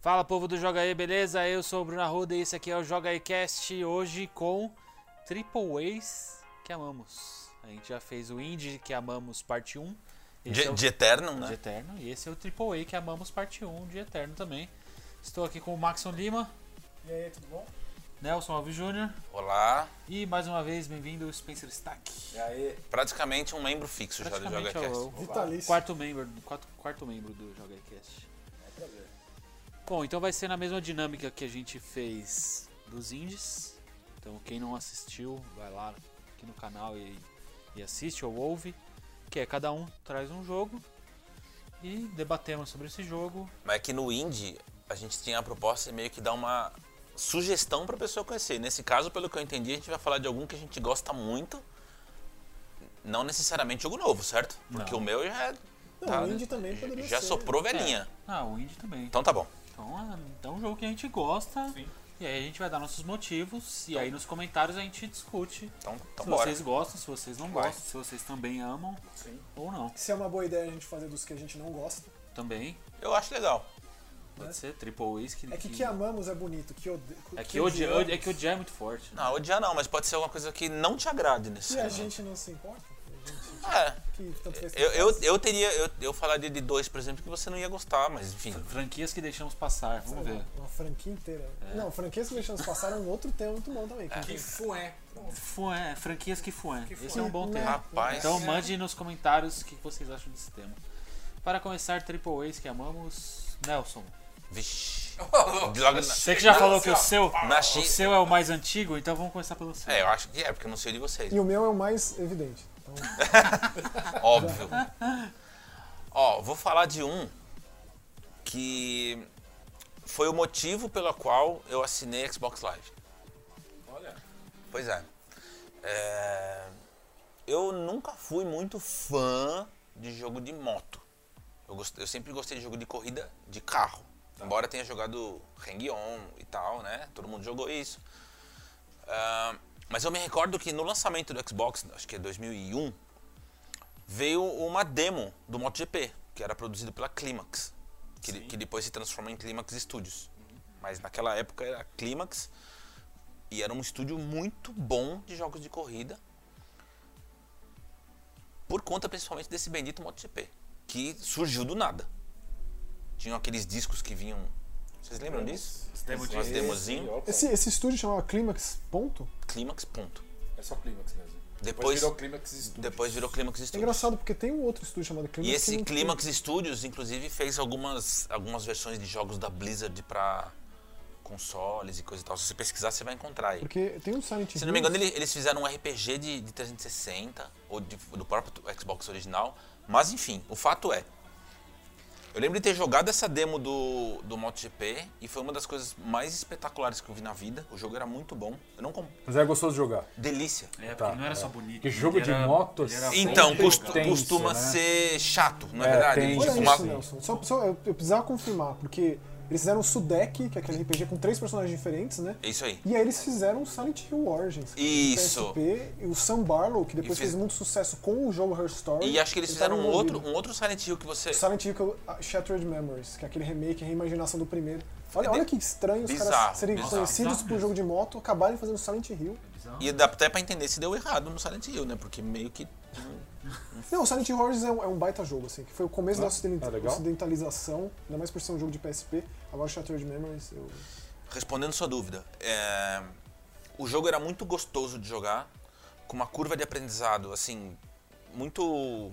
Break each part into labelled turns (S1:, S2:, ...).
S1: Fala povo do Joga aí, beleza? Eu sou o Bruno Arruda e esse aqui é o Joga aí Cast hoje com Triple A's que amamos. A gente já fez o Indie que amamos parte 1.
S2: De,
S1: é o...
S2: de Eterno, né?
S1: de Eterno e esse é o Triple A que amamos parte 1 de Eterno também. Estou aqui com o Maxon Lima,
S3: E aí, tudo bom?
S1: Nelson Alves Júnior
S2: Olá.
S1: e mais uma vez bem-vindo o Spencer Stack.
S3: E aí?
S2: Praticamente um membro fixo já do
S1: Praticamente é
S2: JogaCast.
S1: o
S3: Vitalício.
S1: quarto membro, quarto, quarto membro do Joga aí Cast. Bom, então vai ser na mesma dinâmica que a gente fez dos indies. Então quem não assistiu, vai lá aqui no canal e, e assiste ou ouve. Que é cada um traz um jogo e debatemos sobre esse jogo.
S2: Mas é que no Indie a gente tinha a proposta de meio que dar uma sugestão pra pessoa conhecer. Nesse caso, pelo que eu entendi, a gente vai falar de algum que a gente gosta muito. Não necessariamente jogo novo, certo? Porque
S1: Não.
S2: o meu já,
S3: Não,
S2: Tá,
S3: o Indy também poderia
S2: já
S3: ser.
S2: soprou velhinha.
S1: Ah, o indie também.
S2: Então tá bom.
S1: Então é então é um jogo que a gente gosta.
S3: Sim.
S1: E aí a gente vai dar nossos motivos. E aí nos comentários a gente discute.
S2: Então, então
S1: Se
S2: bora.
S1: vocês gostam, se vocês não
S2: Vai.
S1: gostam, se vocês também amam
S3: Sim.
S1: ou não.
S3: Se é uma boa ideia a gente fazer dos que a gente não gosta.
S1: Também.
S2: Eu acho legal.
S1: Pode ser Triple Ace
S3: É que
S2: Uhum.
S3: que amamos é bonito, que ode...
S1: É que, odi- odi- é
S3: odiamos.
S1: que odiar é muito forte. né?
S2: Não, odiar não, mas pode ser alguma coisa que não te agrade nesse
S3: E a
S2: caso.
S3: gente não se importa? A gente
S2: É.
S3: que tanto fez
S2: Eu, eu, eu teria. Eu, eu falaria de dois, por exemplo, que você não ia gostar, mas enfim.
S1: Franquias que deixamos passar, vamos ver.
S3: Uma franquia inteira.
S2: É.
S3: Não, franquias que deixamos passar é um outro tema muito bom também. Que
S4: fué.
S1: Fué, é, franquias que fué.
S4: Que
S1: Esse
S4: fué.
S1: é um bom
S3: Né?
S1: tema.
S2: Rapaz.
S1: Então mande nos comentários o que vocês acham desse tema. Para começar, Triple A's que amamos, Nelson.
S2: Vixe.
S4: Ô,
S2: Logo na,
S1: Você que já falou que o
S4: ó.
S1: seu,
S2: na
S1: o
S2: Chi-
S1: seu é o mais antigo, então vamos começar pelo seu.
S2: É, eu acho que é, porque eu não sei de vocês.
S3: E o meu é o mais evidente. Então,
S2: Óbvio. Ó, vou falar de um que foi o motivo pelo qual eu assinei Xbox Live.
S4: Olha.
S2: Pois é. É, Eu nunca fui muito fã de jogo de moto. Eu, gost- eu sempre gostei de jogo de corrida de carro. Embora tenha jogado Hang-On e tal, né? Todo mundo jogou isso. Ah, mas eu me recordo que no lançamento do Xbox, acho que é 2001, veio uma demo do MotoGP, que era produzido pela Climax, que, que depois se transformou em Climax Studios. Mas naquela época era Climax e era um estúdio muito bom de jogos de corrida. Por conta principalmente desse bendito MotoGP, que surgiu do nada. Tinham aqueles discos que vinham. Vocês lembram disso?
S1: Demo
S2: Umas
S1: de-
S2: demozinhas.
S3: esse, esse estúdio chamava Climax, ponto.
S2: Climax, ponto.
S4: É só Climax mesmo. Depois
S2: Depois-
S4: virou Climax Studios.
S2: Depois virou Climax
S3: É
S2: Studios.
S3: engraçado porque tem um outro estúdio chamado Climax.
S2: E
S3: que
S2: esse
S3: não tem-
S2: Climax Studios, inclusive, fez algumas, algumas versões de jogos da Blizzard pra consoles e coisa e tal. Se você pesquisar, você vai encontrar aí.
S3: Porque tem um Silent Hill.
S2: Se não me engano, ele- eles fizeram um RPG de, de 360, ou de- do próprio Xbox original. Mas enfim, o fato é. Eu lembro de ter jogado essa demo do, do MotoGP e foi uma das coisas mais espetaculares que eu vi na vida. O jogo era muito bom. Eu não. com-
S5: Mas era gostoso de jogar.
S2: Delícia.
S1: É, porque
S5: Tá,
S1: não era só
S5: é.
S1: bonito.
S5: Que jogo
S1: ele
S5: de
S1: era-
S5: moto,
S1: ele era
S3: É,
S5: assim,
S1: bom
S2: Então,
S1: de
S5: cust-
S1: jogar.
S2: costu- costuma
S5: né?
S2: ser chato, não é,
S5: É,
S2: verdade?
S5: tenso.
S3: Olha
S2: Tipo,
S3: isso, né?
S2: uma-
S3: Nelson. Só, só- eu, eu precisava confirmar, porque eles fizeram o Sudeck, que é aquele RPG com três personagens diferentes, né?
S2: É isso aí.
S3: E aí eles fizeram o Silent Hill Origins.
S2: Isso.
S3: O PSP e o Sam Barlow, que depois
S2: E fiz-
S3: fez muito sucesso com o jogo Her Story.
S2: E acho que eles
S3: ele tá
S2: fizeram
S3: tava
S2: um outro,
S3: envolvido.
S2: um outro Silent Hill que você.
S3: Silent Hill que eu- ah, Shattered Memories, que é aquele remake, reimaginação do primeiro. Olha,
S2: de-
S3: olha que estranho os
S2: Bizarro,
S3: caras serem
S2: bizarro.
S3: conhecidos
S1: Bizarro
S3: por jogo de moto, acabarem fazendo Silent Hill.
S2: E dá até pra entender se deu errado no Silent Hill, né? Porque meio que. Uhum.
S3: Não, Silent Hill Origins é um, é um baita jogo, assim, que foi o começo da ocidenta-
S5: é legal.
S3: ocidentalização, ainda mais por ser um jogo de PSP. Agora Shattered Memories, eu...
S2: Respondendo sua dúvida, é, o jogo era muito gostoso de jogar, com uma curva de aprendizado, assim, muito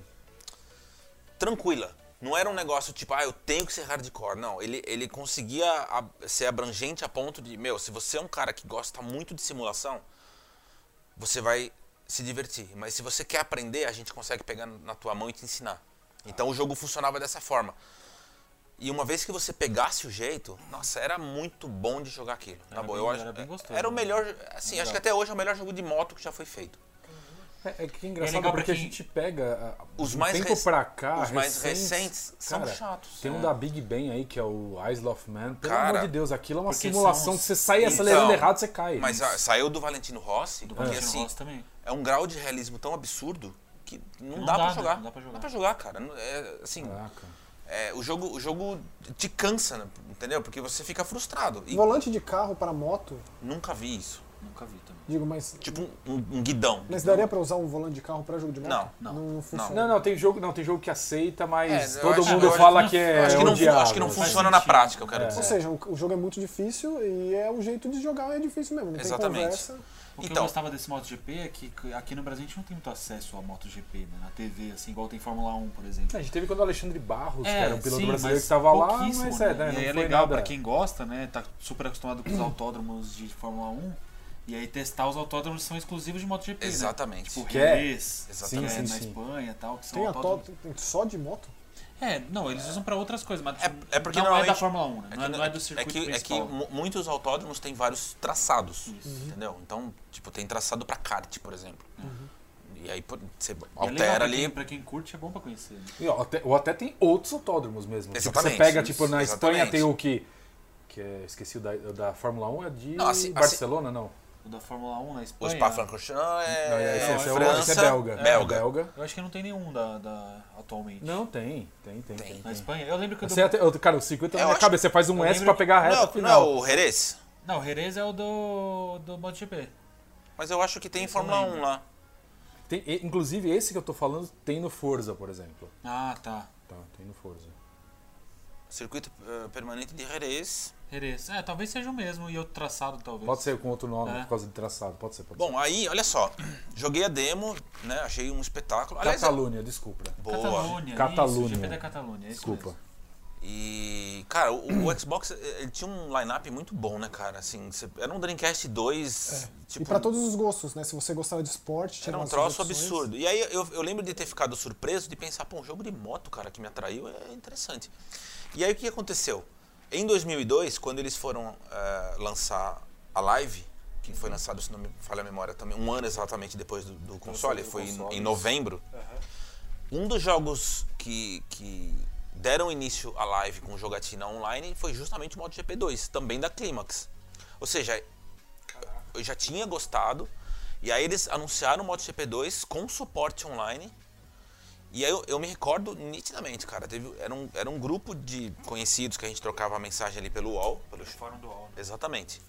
S2: tranquila. Não era um negócio tipo, ah, eu tenho que ser hardcore. Não, ele, ele conseguia ab- ser abrangente a ponto de, meu, se você é um cara que gosta muito de simulação, você vai se divertir. Mas se você quer aprender, a gente consegue pegar na tua mão e te ensinar. Então o jogo funcionava dessa forma. E uma vez que você pegasse o jeito, nossa, era muito bom de jogar aquilo. na
S1: Era
S2: boa,
S1: bem-
S2: eu acho.
S1: era bem gostoso,
S2: Era o
S1: né?
S2: melhor, assim, acho que até hoje é o melhor jogo de moto que já foi feito.
S5: É, é que é
S1: É
S5: engraçado
S1: legal
S5: porque a
S1: porque-
S5: gente pega. ah,
S2: Os
S5: do
S2: mais
S5: tempo
S2: rec-
S5: pra cá.
S2: os mais recentes são
S5: cara,
S2: chatos,
S5: Tem
S2: é.
S5: um da Big Bang aí, que é o Isle of Man. Pelo
S2: Cara,
S5: amor de Deus, aquilo é uma
S1: porque são
S5: simulação
S1: os-
S5: que você sai
S2: Então,
S5: acelerando errado, você cai.
S2: Mas ah, saiu do Valentino Rossi, do
S1: É Valentino
S2: assim,
S1: Rossi também.
S2: é um grau de realismo tão absurdo que não,
S1: Não
S2: dá,
S1: dá,
S2: pra
S1: né?
S2: jogar.
S1: Não dá pra jogar.
S2: Não dá pra jogar, cara. Não- É, assim,
S5: Caraca.
S2: é, o, jogo, o jogo te cansa né, um entendeu? Porque você fica frustrado. E
S3: Volante de carro para moto,
S2: nunca vi isso.
S1: Nunca vi também.
S3: digo, mas.
S2: Tipo um, um- um guidão.
S3: Mas daria pra usar um volante de carro pra jogo de moto?
S2: Não,
S1: não,
S3: funciona.
S5: Não, não, tem jogo, não, tem jogo que aceita, mas
S2: É, eu
S5: todo
S2: acho-
S5: mundo
S2: eu acho
S5: fala
S2: que
S5: que é
S2: acho, que não,
S5: odiável,
S2: acho que não
S5: assim.
S2: funciona na
S1: sentido.
S2: prática, eu quero
S3: Ou
S2: dizer.
S3: seja, o, o jogo é muito difícil e é o jeito de jogar é difícil mesmo. Não
S2: Exatamente.
S3: tem conversa.
S1: O que
S2: Então-
S1: eu gostava desse MotoGP é que que aqui no Brasil a gente não tem muito acesso à MotoGP, né? Na TV, assim, igual tem Fórmula 1, por exemplo.
S5: É, A gente teve quando o Alexandre Barros, que
S1: É,
S5: era um piloto
S1: sim,
S5: brasileiro
S1: mas
S5: que tava lá,
S1: pouquíssimo,
S5: mas é, né,
S1: E
S5: não
S1: aí é
S5: foi
S1: legal
S5: nada.
S1: pra quem gosta, né? Tá super acostumado com os autódromos de Fórmula 1. E aí testar os autódromos que são exclusivos de MotoGP.
S2: Exatamente.
S1: Né? Tipo,
S5: Que é-
S1: Reis,
S2: Exatamente.
S1: é,
S5: Sim, sim,
S1: na
S5: sim.
S1: Espanha e tal, que são
S2: um
S3: Tem a
S1: autódromos.
S3: to- tem só de moto?
S1: É, não, eles usam pra outras coisas, mas
S2: É- é porque
S1: não é da
S2: normalmente-
S1: Fórmula 1, né?
S2: É
S1: não, é,
S2: que-
S1: não é do
S2: é
S1: circuito
S2: que- é que,
S1: principal.
S2: mu- muitos autódromos têm vários traçados, entendeu? Então, tipo, tem traçado pra kart, por exemplo. E aí pô, você
S1: E é legal
S2: altera
S1: pra
S2: ali.
S1: Quem, pra quem curte, é bom pra conhecer. né?
S5: E, ó, até- ou até tem outros autódromos mesmo. Tipo,
S2: Exatamente,
S5: você pega, tipo, na
S2: isso,
S5: Espanha tem
S2: exatamente.
S5: o que. Que é, esqueci o da, o da Fórmula 1, é de
S2: Não, assim-
S5: Barcelona, não.
S1: O da Fórmula 1 na
S2: O
S1: Espanha.
S2: Spa-Francorchamps é,
S5: Não, é, esse-
S2: é
S5: esse é o-
S2: França,
S5: esse é belga.
S2: belga.
S5: É, belga.
S1: Eu acho que não tem nenhum da, da- atualmente.
S5: Não, tem, tem, tem.
S2: Tem.
S5: tem,
S1: Na
S5: tem.
S1: Espanha? Eu lembro que o do...
S5: Você até, eu- cara, o circuito
S2: Eu
S5: na minha
S2: acho-
S5: cabeça, você faz um
S1: eu
S5: S
S1: lembro
S5: pra
S1: que-
S5: pegar a reta
S2: Não, não é
S5: final.
S2: o Jerez?
S1: Não, o Jerez é o do, do MotoGP.
S2: Mas eu acho que tem
S5: é
S2: Fórmula 1 lá.
S5: Tem- e- inclusive, esse que eu tô falando tem no Forza, por exemplo.
S1: Ah, tá.
S5: Tá, tem no Forza.
S2: Circuito eh, permanente de Jerez.
S1: Jerez. É, talvez seja o mesmo e outro traçado, talvez.
S5: Pode ser com outro nome,
S1: É.
S5: por causa de traçado. Pode ser, pode
S2: Bom, aí, olha só. Joguei a demo, né? Achei um espetáculo.
S5: ser.
S2: Aliás,
S5: Catalunha, desculpa.
S2: boa.
S1: Catalunha.
S5: Catalunha.
S1: Isso, GP da Catalunha. é isso
S5: Desculpa.
S1: mesmo.
S2: E, cara, o, o Xbox eh, ele tinha um line-up muito bom, né, cara? Assim, cê- era um Dreamcast
S5: É.
S2: 2, tipo,
S3: e pra todos os gostos, né? Se você gostava de esporte, tinha
S2: era um
S3: umas
S2: troço
S3: opções.
S2: absurdo. E aí eu, eu lembro de ter ficado surpreso, de pensar, pô, um jogo de moto, cara, que me atraiu, é interessante. E aí o que aconteceu? Em 2002, quando eles foram eh, lançar a Live, que foi lançado, se não me falha a memória, também um ano exatamente depois do, do console,
S4: do
S2: foi em-
S4: console,
S2: em
S4: isso.
S2: novembro, um dos jogos que, que deram início à live com jogatina online foi justamente o MotoGP 2, também da Climax. Ou seja, eu já tinha gostado, e aí eles anunciaram o MotoGP 2 com suporte online. E aí eu, eu me recordo nitidamente, cara. Teve, era, um, era um grupo de conhecidos que a gente trocava mensagem ali pelo UOL, pelo,
S1: Fórum do Al, né?
S2: Exatamente.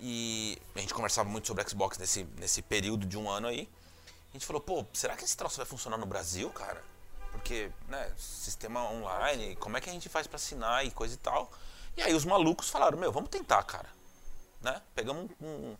S2: E a gente conversava muito sobre Xbox nesse, nesse período de um ano aí. A gente falou, pô, será que esse troço vai funcionar no Brasil, cara? Porque, né, sistema online, como é que a gente faz pra assinar e coisa e tal? E aí os malucos falaram, meu, vamos tentar, cara. Né? Pegamos um, um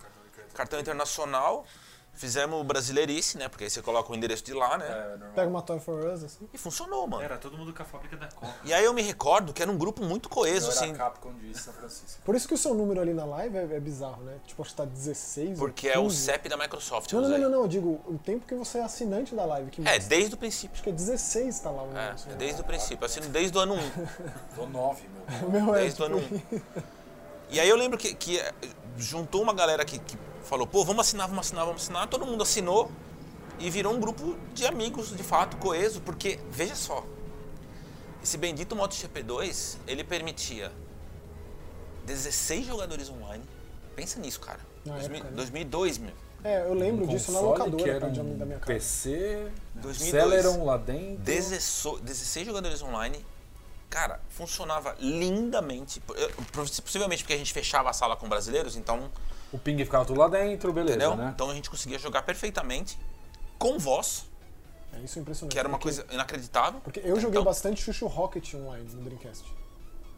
S2: cartão internacional, fizemos o brasileirice, né? Porque aí você coloca o endereço de lá, né?
S4: É, normal.
S3: Pega uma Toy for Us, assim.
S2: E funcionou, mano.
S1: Era todo mundo com a fábrica da Coca.
S2: E aí eu me recordo que era um grupo muito coeso,
S4: Eu era
S2: assim.
S4: Capcom de São Francisco.
S3: Por isso que o seu número ali na live é, é bizarro, né? Tipo, acho que tá 16 ou
S2: Porque é o
S3: 15.
S2: CEP da Microsoft. eu
S3: Não, não, não,
S2: usei.
S3: não, não, eu digo, o tempo que você é assinante da live. Que
S2: É,
S3: acho
S2: desde o princípio.
S3: que é 16 tá lá o negócio,
S2: É, é
S3: né?
S2: desde o princípio. Eu assino desde o ano 1.
S4: Tô 9, meu.
S3: O meu é,
S2: Desde o ano 1. E aí eu lembro que, que, eh, juntou uma galera que, que falou, pô, vamos assinar, vamos assinar, vamos assinar. Todo mundo assinou e virou um grupo de amigos, de fato, coeso, porque, veja só, esse bendito MotoGP2, ele permitia 16 jogadores online. Pensa nisso, cara.
S3: Na
S2: 2000,
S3: época, né?
S2: 2002, meu.
S3: é, eu lembro
S5: Um
S3: disso na
S5: console
S3: locadora,
S5: que era
S3: perto de
S5: um
S3: da minha casa.
S5: PC,
S2: 2002.
S5: Celeron lá dentro.
S2: 16, 16 jogadores online. Cara, funcionava lindamente. Eu- Possivelmente porque a gente fechava a sala com brasileiros, então
S5: O ping ficava tudo lá dentro, beleza,
S2: Entendeu?
S5: né?
S2: Então a gente conseguia
S3: Uhum.
S2: jogar perfeitamente com voz,
S3: É isso é impressionante.
S2: que era uma
S3: porque-
S2: coisa inacreditável.
S3: Porque eu joguei
S2: Então-
S3: bastante Chuchu Rocket online no Dreamcast.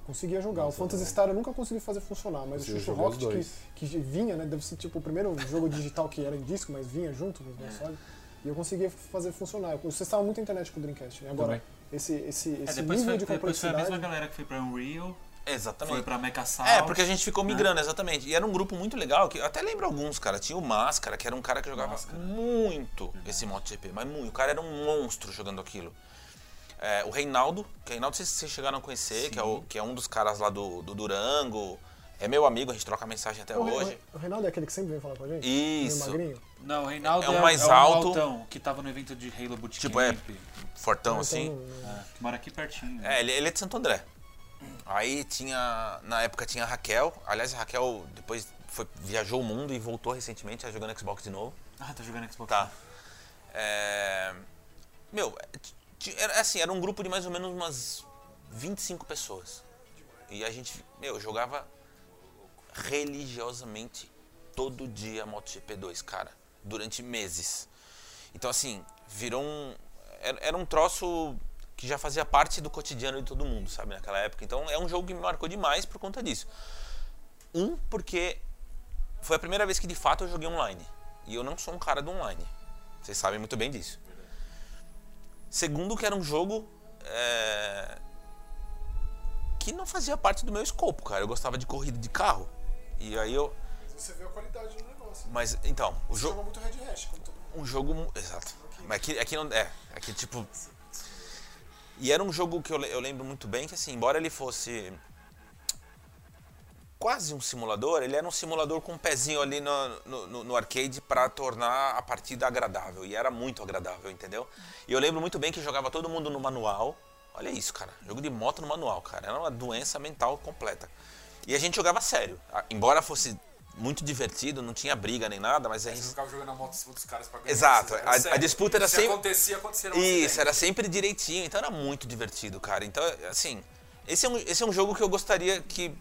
S3: Conseguia jogar. o Phantasy Star eu nunca consegui fazer funcionar, mas o
S5: Eu
S3: Chuchu
S5: joguei é. os
S3: Rocket
S5: dois.
S3: que, que vinha, né? Deve ser tipo o primeiro jogo digital que era em disco, mas vinha junto com os consoles. E eu conseguia fazer funcionar. Eu acessava muito a internet com o Dreamcast. né? Agora,
S5: Também.
S3: esse, esse,
S1: É,
S3: esse
S1: depois
S3: nível
S1: foi,
S3: de
S1: depois foi a
S3: complexidade.
S1: mesma galera que foi pra Unreal, foi
S2: Exatamente.
S1: pra Mecha Salt.
S2: É, porque a gente
S3: né?
S2: ficou migrando, exatamente. E era um grupo muito legal, que eu até lembro alguns, cara. Tinha o Máscara, que era um cara que jogava
S1: Máscara.
S2: muito
S3: Uhum.
S2: esse MotoGP, mas muito. O cara era um monstro jogando aquilo. É, o Reinaldo, que o Reinaldo vocês, vocês chegaram a conhecer, que é, o- que é um dos caras lá do, do Durango. É meu amigo, a gente troca mensagem até
S3: O Re-
S2: hoje.
S3: O Reinaldo é aquele que sempre vem falar com a gente?
S2: Isso.
S3: Meio magrinho?
S1: Não, o Reinaldo
S2: É
S1: é,
S2: um
S1: o-
S2: mais
S1: é um
S2: alto.
S1: altão, que tava no evento de Halo Bootcamp.
S2: Tipo, é- Fortão,
S3: Então,
S2: assim.
S1: é, que mora aqui pertinho.
S2: É, ele, ele é de Santo André. Aí tinha. Na época tinha a Raquel. Aliás, a Raquel depois foi, viajou o mundo e voltou recentemente, tá jogando Xbox de novo.
S1: Ah, tá jogando Xbox.
S2: Tá. É, Meu, é, ti- era, assim, era um grupo de mais ou menos umas 25 pessoas. E a gente, meu, jogava religiosamente todo dia MotoGP 2, cara, durante meses. Então, assim, virou um. Era, era um troço que já fazia parte do cotidiano de todo mundo, sabe, naquela época. Então, é um jogo que me marcou demais por conta disso. Um, porque foi a primeira vez que de fato eu joguei online. E eu não sou um cara do online. Vocês sabem muito bem disso. Segundo, que era um jogo é, que não fazia parte do meu escopo, cara. Eu gostava de corrida de carro. E aí eu.
S3: Você vê a qualidade do negócio.
S2: Mas então, o
S3: Você
S2: jogo.
S3: joga muito Red Hash, como todo mundo.
S2: Um jogo. mu- Exato. Mas aqui, aqui não. É. Aqui tipo. E era um jogo que eu, le- eu lembro muito bem que, assim, embora ele fosse quase um simulador, ele era um simulador com um pezinho ali no, no- no- no arcade pra tornar a partida agradável. E era muito agradável, entendeu? E eu lembro muito bem que jogava todo mundo no manual. Olha isso, cara. Jogo de moto no manual, cara. Era uma doença mental completa. E a gente jogava sério. A- Embora fosse muito divertido, não tinha briga nem nada, mas a
S4: Eles
S2: gente
S4: ficavam jogando a moto em cima dos caras pra ganhar.
S2: Exato,
S4: Era
S2: a- a
S4: sério.
S2: disputa era
S4: Se
S2: sempre-
S4: acontecia, acontecia. era um
S2: Isso,
S4: acidente.
S2: era sempre direitinho, então era muito divertido, cara. Então, assim, esse é um, esse é um jogo que eu gostaria que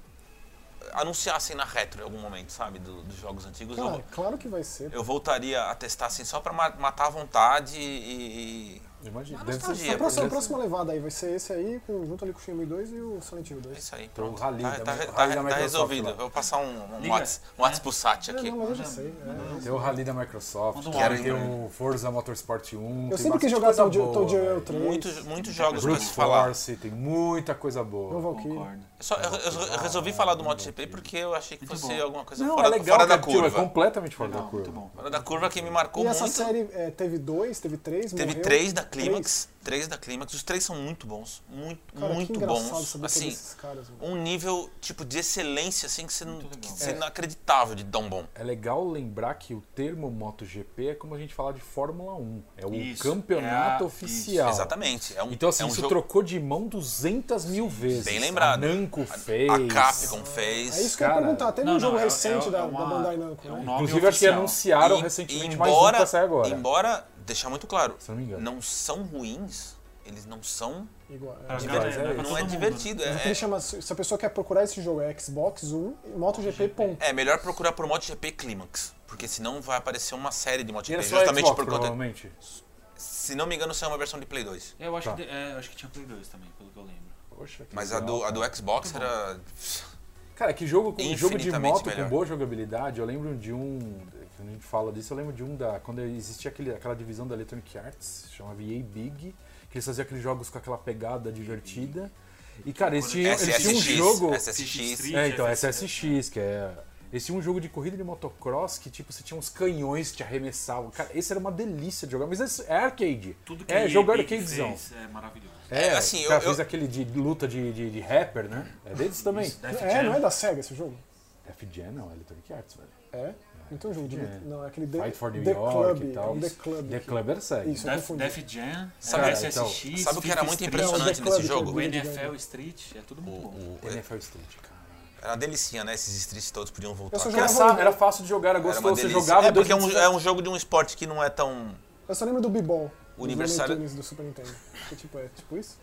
S2: anunciassem na retro em algum momento, sabe? do- dos jogos antigos.
S3: Cara,
S2: Eu,
S3: claro que vai ser.
S2: eu voltaria a testar assim só pra ma- matar a vontade e. e-
S5: Imagina.
S2: Mas
S5: Deve ser
S2: nostalgia,
S3: A próxima, a
S5: deve ser-
S3: próxima levada aí vai ser esse aí, com- junto ali com o Shenmue 2 e o Silent Hill
S2: é
S3: 2.
S2: isso aí.
S5: Pro
S2: pronto.
S5: rally
S2: tá,
S5: da-
S2: tá-
S5: rally
S2: tá-
S5: da
S2: tá
S5: Microsoft
S2: resolvido.
S5: lá.
S2: Eu vou passar um, um
S1: Liga,
S2: WhatsApp um
S1: né?
S2: Whats pro SAT
S3: É,
S2: aqui.
S3: não, mas eu já
S1: Manda-
S3: sei. é.
S1: manda um-
S5: Tem o Rally da Microsoft,
S1: Manda um
S5: tem
S2: áudio,
S5: o Forza Motorsport 1.
S3: Eu sempre
S5: tem
S3: quis
S5: bastante
S3: jogar
S5: coisa
S3: Toad
S5: boa,
S3: Toad
S5: velho.
S3: Earl 3.
S2: Muitos, muitos jogos pra
S5: Brute
S2: se falar.
S5: Force, tem muita coisa
S3: Não
S5: boa.
S3: vou aqui.
S1: Concordo.
S2: Eu, só- eu- eu- eu resolvi falar do MotoGP porque eu achei que
S1: Muito
S2: fosse
S1: bom.
S2: alguma coisa
S5: Ah. Não,
S2: fora,
S5: é legal,
S2: fora da
S5: cara, tio,
S3: tipo,
S5: é
S2: curva.
S5: completamente fora da
S1: Legal,
S5: curva.
S1: muito bom.
S2: Fora da curva que me marcou
S3: E essa
S2: muito.
S3: série é, teve dois, teve três,
S2: Teve
S3: morreu.
S2: três da Climax, três. da Climax, os três são muito bons, muito,
S3: Cara, que
S2: muito
S3: engraçado
S2: bons,
S3: saber
S2: assim,
S3: todos esses caras. mano.
S2: um nível, tipo, de excelência, assim, que você não,
S1: Muito
S2: que
S1: legal.
S2: você
S3: É.
S2: não acreditava de tão bom.
S5: É legal lembrar que o termo MotoGP é como a gente fala de Fórmula 1. É o
S1: Isso, é
S5: campeonato
S1: a-
S5: oficial.
S2: Exatamente, é um,
S5: Então, assim,
S2: é um
S5: isso
S2: jogo
S5: trocou de mão 200 mil vezes.
S2: bem lembrado.
S5: A Namco fez.
S2: a Capcom
S3: É isso
S2: fez,
S3: que eu ia
S5: cara,
S3: perguntar. Teve
S1: Não,
S3: um jogo
S1: não, é-
S3: recente
S1: é-
S3: da,
S1: é uma-
S3: da Bandai Namco,
S1: é um
S3: né?
S1: nome
S5: Inclusive, acho que
S1: oficial.
S5: anunciaram
S2: E-
S5: recentemente
S2: e
S5: mais um
S2: embora-
S5: pra sair agora.
S2: embora, deixar muito claro,
S5: Se eu não me engano.
S2: não são ruins, eles não são,
S3: Igual, é.
S1: Pra
S5: Mas
S1: galera,
S5: é
S1: né?
S5: isso.
S1: Pra
S2: não
S1: todo
S2: é
S1: mundo,
S2: divertido,
S3: Mas o que ele
S2: é,
S3: chama, se se a pessoa quer procurar esse jogo é Xbox One e MotoGP. ponto.
S2: é melhor procurar por MotoGP Climax, porque senão vai aparecer uma série de
S5: E era
S2: MotoGP,
S5: só
S2: justamente
S5: Xbox,
S2: por conta,
S5: provavelmente.
S2: se não me engano, saiu uma versão de Play 2.
S1: É, eu acho,
S5: Tá.
S1: que, é, eu acho que tinha Play 2 também, pelo que eu lembro.
S5: Poxa, que
S2: Mas a
S5: legal,
S2: do, a do
S5: cara.
S2: Xbox era
S5: Cara, que jogo, com- jogo de
S2: Infinitamente
S5: moto
S2: melhor.
S5: com boa jogabilidade, eu lembro de um. Quando a gente fala disso, eu lembro de um da. Quando existia aquele, aquela divisão da Electronic Arts, chamava EA Big, que eles faziam aqueles jogos com aquela pegada divertida. E, cara, eles tinham, eles tinham um
S2: SSX.
S5: jogo.
S2: SSX.
S5: É, então, SSX, que é. Esse tinha um jogo de corrida de motocross que, tipo, você tinha uns canhões que te arremessavam. Cara, esse era uma delícia de jogar, mas esse é arcade.
S1: Tudo que
S5: é,
S1: a
S5: jogo
S1: EA
S5: arcadezão.
S1: fez É maravilhoso.
S5: É,
S2: É, assim,
S5: o cara
S2: eu- eu-
S5: fez aquele de luta de, de, de rapper, né? É deles também.
S1: Isso, Def
S3: É,
S1: Jam.
S3: não é da SEGA esse jogo?
S5: Def Jam não, é Electronic Arts, velho.
S3: É? Então jogo de...
S5: É.
S3: Não, é aquele The,
S5: Fight for New
S3: The
S5: York
S3: Club.
S5: e tal.
S3: é o The Club.
S5: The Club era sério.
S3: Isso, eu
S1: Def,
S3: confundi.
S1: Def Jam,
S2: Sabe-
S1: é,
S5: Cara, então,
S1: SSX,
S2: sabe o que era
S1: Fifth Street,
S2: muito
S1: né?
S2: impressionante
S3: Não, o The
S2: nesse
S3: Club
S2: jogo?
S1: O
S3: Club.
S1: NFL Street, é tudo muito bom.
S2: O- o-
S5: NFL Street, cara.
S2: era uma delicinha, né? Esses streets todos podiam voltar.
S3: Eu só
S2: Era
S5: Era,
S3: jogava-
S5: sa- era fácil de jogar, era
S2: uma
S5: gostoso. Você
S2: delícia.
S5: jogava
S2: é porque é um,
S5: dois-
S2: é um jogo de um esporte que não é tão.
S3: Eu só lembro do B-Ball. dos
S2: Aniversário-
S3: Looney Tunes do Super Nintendo. Que tipo, é tipo isso?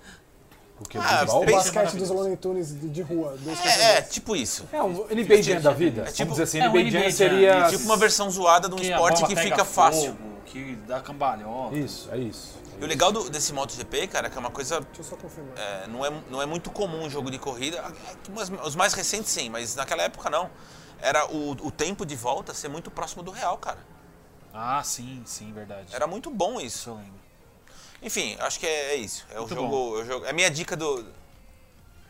S5: O que?
S2: Ah,
S5: beisebol?
S3: O
S2: Três
S3: basquete dos
S2: maravilhosos.
S3: Looney Tunes de, de rua. dois contra
S2: É, é,
S3: dois.
S2: tipo isso.
S5: É um NBA Jam da vida.
S2: É tipo-
S5: Vamos dizer assim,
S1: é um
S5: NBA
S1: NBA
S5: Jam
S1: Jam,
S5: seria...
S1: é
S2: Tipo uma versão zoada de um
S1: a
S2: esporte
S1: bola
S2: que
S1: pega
S2: fica
S1: fogo,
S2: fácil.
S1: Que dá cambalhota.
S5: Isso, é isso.
S2: E o legal do, desse MotoGP, cara, é que é uma coisa.
S3: Deixa eu só confirmar.
S2: é, não, é, não é muito comum um jogo de corrida. É que umas- Os mais recentes sim, mas naquela época não. Era o, o tempo de volta ser muito próximo do real, cara.
S1: Ah, sim, sim, verdade.
S2: Era muito bom
S1: Isso
S2: isso.
S1: eu lembro.
S2: Enfim, acho que é, é isso. É o
S1: Muito
S2: jogo, é o jogo. É a minha dica do.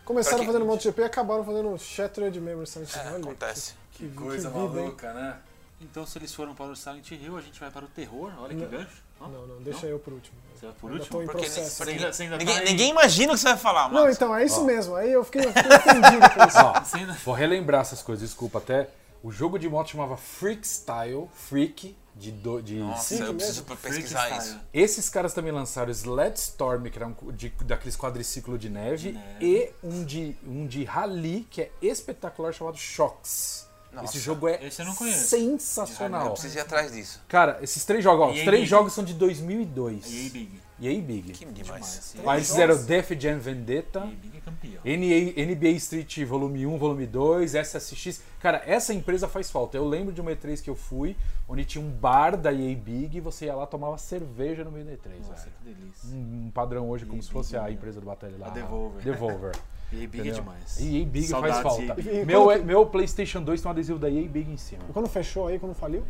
S3: Começaram
S2: pra quê?
S3: fazendo MotoGP e acabaram fazendo Shattered Memory Summit.
S2: É, acontece.
S3: Que, que
S4: Coisa
S3: vida, hein?
S4: maluca, né?
S1: Então, se eles foram para o Silent Hill, a gente vai para o terror. Olha que
S3: Não.
S1: gancho. Ó,
S3: Não, não, deixa eu por último.
S1: Você vai por
S3: Ainda
S1: último?
S3: tô em
S2: Porque,
S3: processo.
S1: Você ainda- você ainda
S2: ninguém,
S1: tá em-
S2: ninguém imagina o que você vai falar, mano.
S3: Não, então, é isso mesmo. Aí eu fiquei, eu fiquei ofendido com isso.
S5: Ó,
S1: Você ainda-
S5: vou relembrar essas coisas, desculpa até. O jogo de moto chamava Freak Style, Freak, de... Do, de
S2: Nossa,
S3: Sim,
S2: eu preciso pesquisar
S1: Freak
S2: isso.
S1: Style.
S5: Esses caras também lançaram Sled Storm, que era um de- daqueles quadriciclo de neve,
S1: De neve.
S5: e um de, um de rally que é espetacular chamado Shocks.
S2: Nossa,
S5: Esse jogo é
S1: esse eu não conheço.
S5: sensacional.
S2: Eu preciso ir atrás disso.
S5: Cara, esses três jogos, ó, os
S1: EA
S5: três
S1: Big.
S5: jogos são de
S1: E aí,
S5: 2002.
S1: Big?
S5: EA Big.
S2: Que demais.
S1: Demais.
S5: Aí eles fizeram Def Jam Vendetta,
S1: E Big é campeão.
S5: NA, NBA Street Volume 1, Volume 2, SSX. Cara, essa empresa faz falta. Eu lembro de uma E3 que eu fui, onde tinha um bar da EA Big e você ia lá e tomava cerveja no meio da E3.
S1: Nossa,
S5: velho.
S1: que delícia.
S5: Um um padrão hoje, como
S1: EA
S5: se fosse a
S1: Big,
S5: empresa do Batalha lá.
S1: A Devolver.
S5: Devolver.
S1: E EA Big
S5: entendeu?
S1: é demais.
S5: EA Big
S1: Saudades
S5: faz falta.
S1: EA Big.
S3: E
S5: Meu, é
S3: quando que-
S5: meu PlayStation 2 tem um adesivo da EA Big em cima.
S3: Quando fechou aí, quando faliu,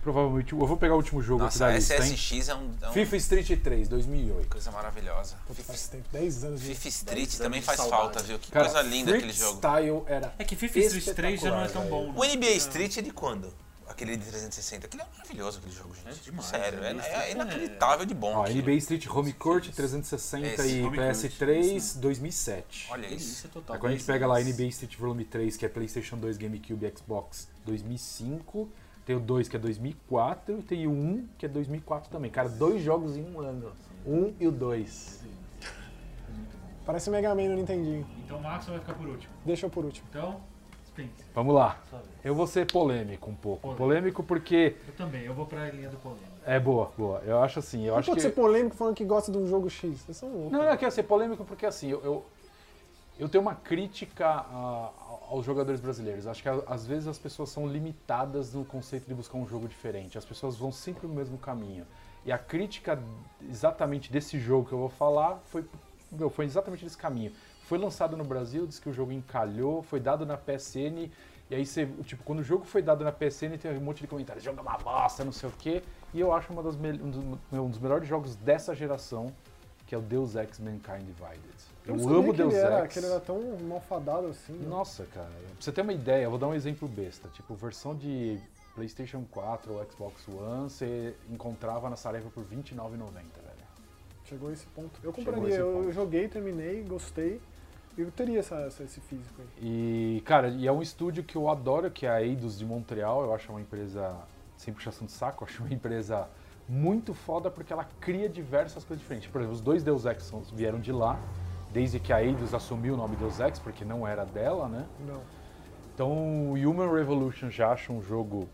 S5: Provavelmente. Eu vou pegar o último jogo aqui da
S2: Nossa,
S5: lista, hein?
S2: SSX é, um, é uma
S5: FIFA Street 3, 2008.
S2: coisa maravilhosa.
S3: Putz,
S2: FIFA,
S3: faz tempo, 10 anos de
S2: FIFA Street
S1: anos
S2: também
S1: de
S2: faz
S1: saudade.
S2: falta, viu? Que
S5: Cara,
S2: coisa linda aquele jogo.
S5: Style era.
S1: É que FIFA Street 3 já não é tão
S5: Espetacular,
S1: bom.
S2: O
S1: né?
S2: NBA Street é de quando? Aquele de 360. Aquele é maravilhoso, aquele jogo, gente.
S1: É demais,
S2: Sério,
S1: né?
S2: é,
S1: NBA
S2: é
S1: Street é-
S2: inacreditável de bom.
S5: Ó,
S2: aquilo.
S5: NBA Street Home Court 360
S2: Esse,
S5: e
S1: Home Court,
S5: PS3
S1: isso
S5: 2007.
S2: Olha isso. é
S1: Delícia total.
S5: Aí quando a gente
S1: Dez
S5: pega lá
S1: anos.
S5: NBA Street Volume 3, que é PlayStation 2, GameCube, Xbox 2005, tem o 2 que é 2004 e tem o 1 que é 2004 também. Cara, dois jogos em um ano. Um e o 2.
S3: Parece Mega Man no Nintendinho.
S6: Então o Max vai ficar por último.
S3: Deixa eu por último.
S6: Então, Spence,
S5: Vamos lá.
S6: sua vez.
S5: Eu vou ser polêmico um pouco. Polêmico porque
S6: Eu também, eu vou pra linha do polêmico.
S5: é boa, boa. Eu acho assim, eu
S3: Não
S5: acho
S3: pode
S5: que
S3: ser polêmico falando que gosta de um jogo X. Vocês são loucos.
S5: Não, não, eu quero ser polêmico porque assim, eu, eu, eu tenho uma crítica a- aos jogadores brasileiros. Acho que a- às vezes as pessoas são limitadas no conceito de buscar um jogo diferente. As pessoas vão sempre no mesmo caminho. E a crítica exatamente desse jogo que eu vou falar foi, meu, foi exatamente desse caminho. Foi lançado no Brasil, diz que o jogo encalhou, foi dado na PSN. E aí, você, tipo, quando o jogo foi dado na PSN, tem um monte de comentários, joga uma bosta, não sei o quê. E eu acho uma das mel- um, dos, meu, um dos melhores jogos dessa geração, que é o Deus Ex Mankind Divided. Eu,
S3: não sabia
S5: amo
S3: que
S5: Deus
S3: ele era,
S5: Ex.
S3: que ele era tão malfadado assim. né?
S5: Nossa, cara, pra você ter uma ideia, eu vou dar um exemplo besta. Tipo, versão de PlayStation 4 ou Xbox One, você encontrava na Saraiva por R$ 29,90, velho.
S3: Chegou a esse ponto. Eu
S5: Chegou a
S3: compraria,
S5: esse
S3: eu,
S5: ponto.
S3: eu joguei, terminei, gostei. E eu teria essa, essa- esse físico aí.
S5: E, cara, e é um estúdio que eu adoro, que é a Eidos de Montreal. Eu acho uma empresa, sem puxação de saco, eu acho uma empresa muito foda porque ela cria diversas coisas diferentes. Por exemplo, os dois Deus Ex são- vieram de lá, desde que a Eidos assumiu o nome Deus Ex, porque não era dela, né?
S3: Não.
S5: Então, o Human Revolution já acho um jogo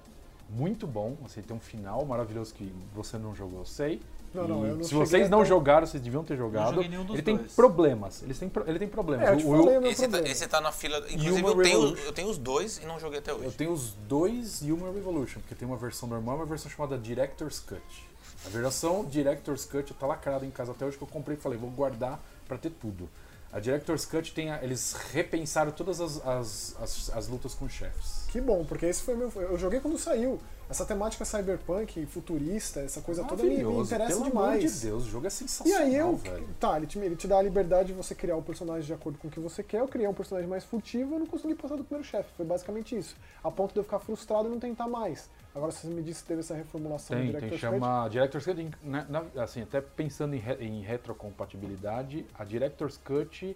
S5: muito bom. Assim, tem um final maravilhoso que você não jogou, eu sei.
S3: Não, não,
S5: E
S3: eu não
S5: se
S3: cheguei
S5: vocês
S3: a
S5: não
S3: ter-
S5: jogaram, vocês deviam ter jogado.
S1: joguei nenhum dos
S5: ele tem
S1: dois.
S5: problemas. Eles têm pro- Ele tem problemas.
S3: É, eu te
S5: O- o-
S3: falei, meu
S2: Esse tá,
S3: problema.
S2: esse tá na fila. Inclusive,
S5: Human
S2: eu tenho,
S5: Revolution.
S2: eu tenho os dois e não joguei até
S5: Eu
S2: hoje.
S5: tenho os dois Human Revolution, porque tem uma versão normal e uma versão chamada Director's Cut. A versão Director's Cut tá lacrada em casa até hoje que eu comprei e falei, vou guardar pra ter tudo. A Director's Cut tem a- eles repensaram todas as, as, as, as lutas com chefes.
S3: Que bom, porque esse foi meu. Eu joguei quando saiu. Essa temática cyberpunk, futurista, essa coisa toda me, me
S5: Maravilhoso,
S3: interessa
S5: pelo
S3: demais.
S5: amor de Deus, o jogo é
S3: E
S5: sensacional,
S3: aí eu.
S5: velho.
S3: Tá, ele te, ele te dá a liberdade de você criar o personagem de acordo com o que você quer. Eu criei um personagem mais furtivo e eu não consegui passar do primeiro chefe. Foi basicamente isso. A ponto de eu ficar frustrado e não tentar mais. Agora, se você me disse que teve essa reformulação
S5: Tem,
S3: do
S5: tem,
S3: um Director's Cut,
S5: chama Director's Cut, em- na- na- assim, até pensando em, re- em retrocompatibilidade, a Director's Cut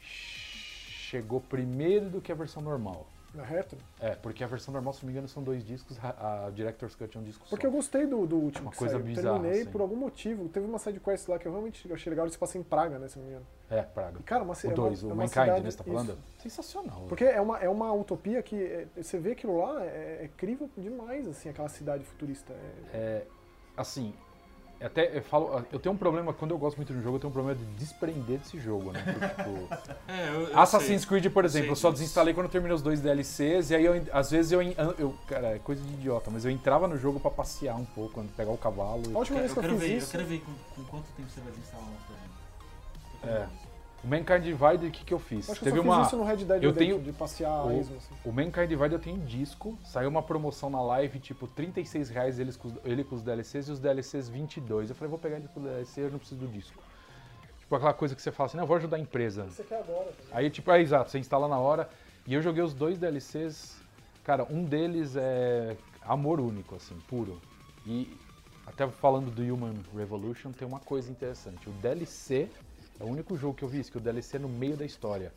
S5: chegou primeiro do que a versão normal.
S3: na retro.
S5: É, porque a versão normal, se não me engano, são dois discos, a, a Director's Cut é um disco
S3: Porque eu
S5: só.
S3: gostei do, do último
S5: Uma
S3: que
S5: coisa
S3: saiu.
S5: bizarra,
S3: Terminei
S5: assim.
S3: por algum motivo. Teve uma sidequest lá que eu realmente achei legal. Eles passam em Praga, né, se não me engano.
S5: É, Praga.
S3: E, cara, uma ci-
S5: O
S3: é uma-
S5: 2,
S3: é
S5: o
S3: uma
S5: Mankind,
S3: cidade-
S5: né, você tá
S3: isso.
S5: falando? Sensacional. velho.
S3: Porque é uma, é uma utopia que é, você vê aquilo lá, é, é crível demais, assim, aquela cidade futurista. É,
S5: É, assim, até eu falo, eu tenho um problema, quando eu gosto muito de um jogo, eu tenho um problema de desprender desse jogo, né? Porque, tipo,
S1: É, eu, eu
S5: Assassin's
S1: sei.
S5: Creed, por
S1: Eu sei
S5: exemplo, eu só
S1: disso.
S5: desinstalei quando eu terminei os dois DLCs, e aí eu, às vezes eu, en- eu. Cara, é coisa de idiota, mas eu entrava no jogo pra passear um pouco, pegar o cavalo.
S3: a última vez
S6: Eu
S3: que eu,
S6: quero
S3: fiz
S6: ver, eu
S3: isso.
S6: quero ver com, com quanto tempo você vai desinstalar o nosso programa. Eu quero
S5: É.
S6: ver isso.
S5: O Mankind Divided, o que, que eu fiz?
S3: eu Acho que
S5: Teve
S3: eu só
S5: uma.
S3: fiz isso no Red Dead
S5: eu
S3: Redemption,
S5: tenho-
S3: de passear
S5: o-
S3: a Isma, assim.
S5: O Mankind Divided eu tenho em disco, saiu uma promoção na live, tipo, R$ 36 reais eles com os- ele com os DLCs e os DLCs 22. Eu falei, vou pegar ele com os DLCs, eu não preciso do disco. Tipo, aquela coisa que você fala assim, não, eu vou ajudar a empresa.
S3: Você quer agora.
S5: Aí, tipo, é exato, você instala na hora. E eu joguei os dois DLCs. Cara, um deles é amor único, assim, puro. E até falando do Human Revolution, tem uma coisa interessante. O DLC é o único jogo que eu vi isso, que o DLC é no meio da história.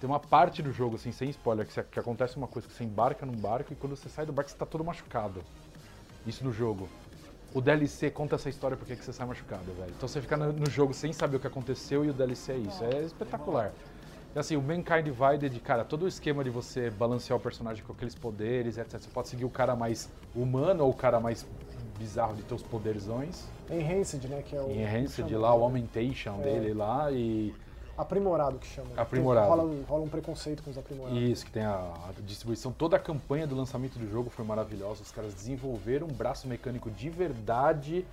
S5: Tem uma parte do jogo, assim, sem spoiler, que, você- que acontece uma coisa que você embarca num barco e quando você sai do barco você tá todo machucado. Isso no jogo. O DLC conta essa história porque que você sai machucado, velho. Então você fica no, no jogo sem saber o que aconteceu e o DLC é isso. É espetacular. E assim, o Mankind Divided, cara, todo o esquema de você balancear o personagem com aqueles poderes, etc. Você pode seguir o cara mais humano ou o cara mais bizarro de ter os poderzões.
S3: Enhanced, né? Que é o.
S5: Enhanced
S3: chama,
S5: lá, o
S3: né?
S5: Aumentation dele lá e.
S3: Aprimorado que chama. né?
S5: Aprimorado.
S3: Rola um, rola um preconceito com os aprimorados.
S5: Isso, que tem a, a distribuição. Toda a campanha do lançamento do jogo foi maravilhosa. Os caras desenvolveram um braço mecânico de verdade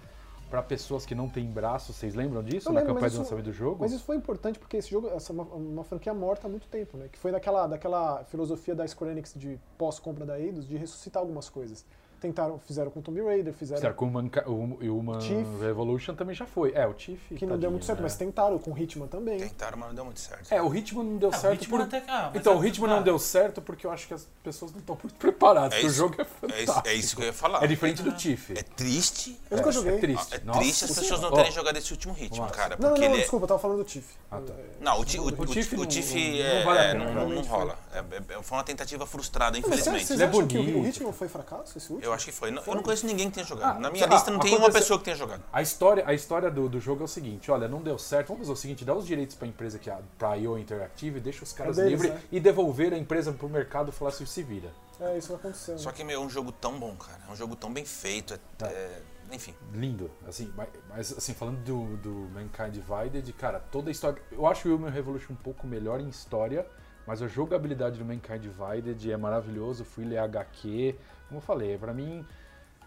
S5: pra pessoas que não têm braço. Vocês lembram disso?
S3: Eu
S5: Na
S3: lembro,
S5: campanha
S3: mas
S5: do
S3: isso-
S5: lançamento do jogo?
S3: Mas isso foi importante porque esse jogo essa é uma, uma franquia morta há muito tempo, né? Que foi daquela, daquela filosofia da Square Enix de pós-compra da Eidos de ressuscitar algumas coisas. Tentaram, fizeram com Tomb Raider, fizeram
S5: Fizeram com o Manca- o- Hum, e o Human
S3: Chief.
S5: Revolution também já foi. É, o Chief.
S3: que não deu muito certo, mas tentaram com Hitman também.
S2: Tentaram, mas não deu muito certo.
S5: É, o ritmo não deu
S6: Ah, o
S5: certo.
S6: ritmo
S5: por-
S6: até que- ah, mas
S5: Então,
S6: é-
S5: o ritmo não
S6: ah,
S5: deu certo porque eu acho que as pessoas não estão muito preparadas.
S2: É
S5: porque o
S2: isso-
S5: jogo é
S2: É isso,
S5: fantástico.
S2: é isso que eu ia falar.
S5: É diferente
S6: Ah.
S5: do Chief.
S2: É triste.
S3: Eu nunca joguei.
S5: É triste.
S2: É
S5: Nossa.
S2: triste as pessoas não
S5: Ó,
S2: terem jogado esse último ritmo,
S5: Vamos lá.
S2: cara.
S3: Não, não,
S2: Porque
S3: não,
S2: ele é.
S3: desculpa, eu tava falando do Tiff.
S5: Ah, tá.
S2: Não, o, ti, o,
S5: O
S2: o,
S5: Tiff
S2: o
S5: não-
S2: Tiff
S5: não
S2: é,
S5: vale a
S2: é,
S5: pena,
S2: não, não
S3: realmente foi.
S2: rola. É- é- foi uma tentativa frustrada,
S3: Mas sério,
S2: infelizmente.
S3: vocês
S5: Ele é
S3: acham que o- o
S5: bonito.
S3: Hitman foi fracasso esse último?
S2: Eu acho que foi. Não- Eu não conheço ninguém que tenha jogado.
S5: Ah,
S2: Na minha
S5: ah,
S2: lista não tem uma
S5: aconteceu-
S2: pessoa que tenha jogado.
S5: A história, a história do, do jogo é o seguinte: olha, não deu certo, vamos fazer o seguinte, dá os direitos pra empresa que é a- pra IO Interactive, e deixa os caras
S3: deles,
S5: livres
S3: né?
S5: e devolver a empresa pro mercado e falar assim, se se vira.
S3: É, isso que aconteceu. né?
S2: Só que, meu, é um jogo tão bom, cara. É um jogo tão bem feito. é-
S5: Tá.
S2: é- enfim.
S5: Lindo, assim, mas, mas, assim, falando do, do Mankind Divided, cara, toda a história. Eu acho o Human Revolution um pouco melhor em história, mas a jogabilidade do Mankind Divided é maravilhoso, fui ler HQ. Como eu falei, pra mim,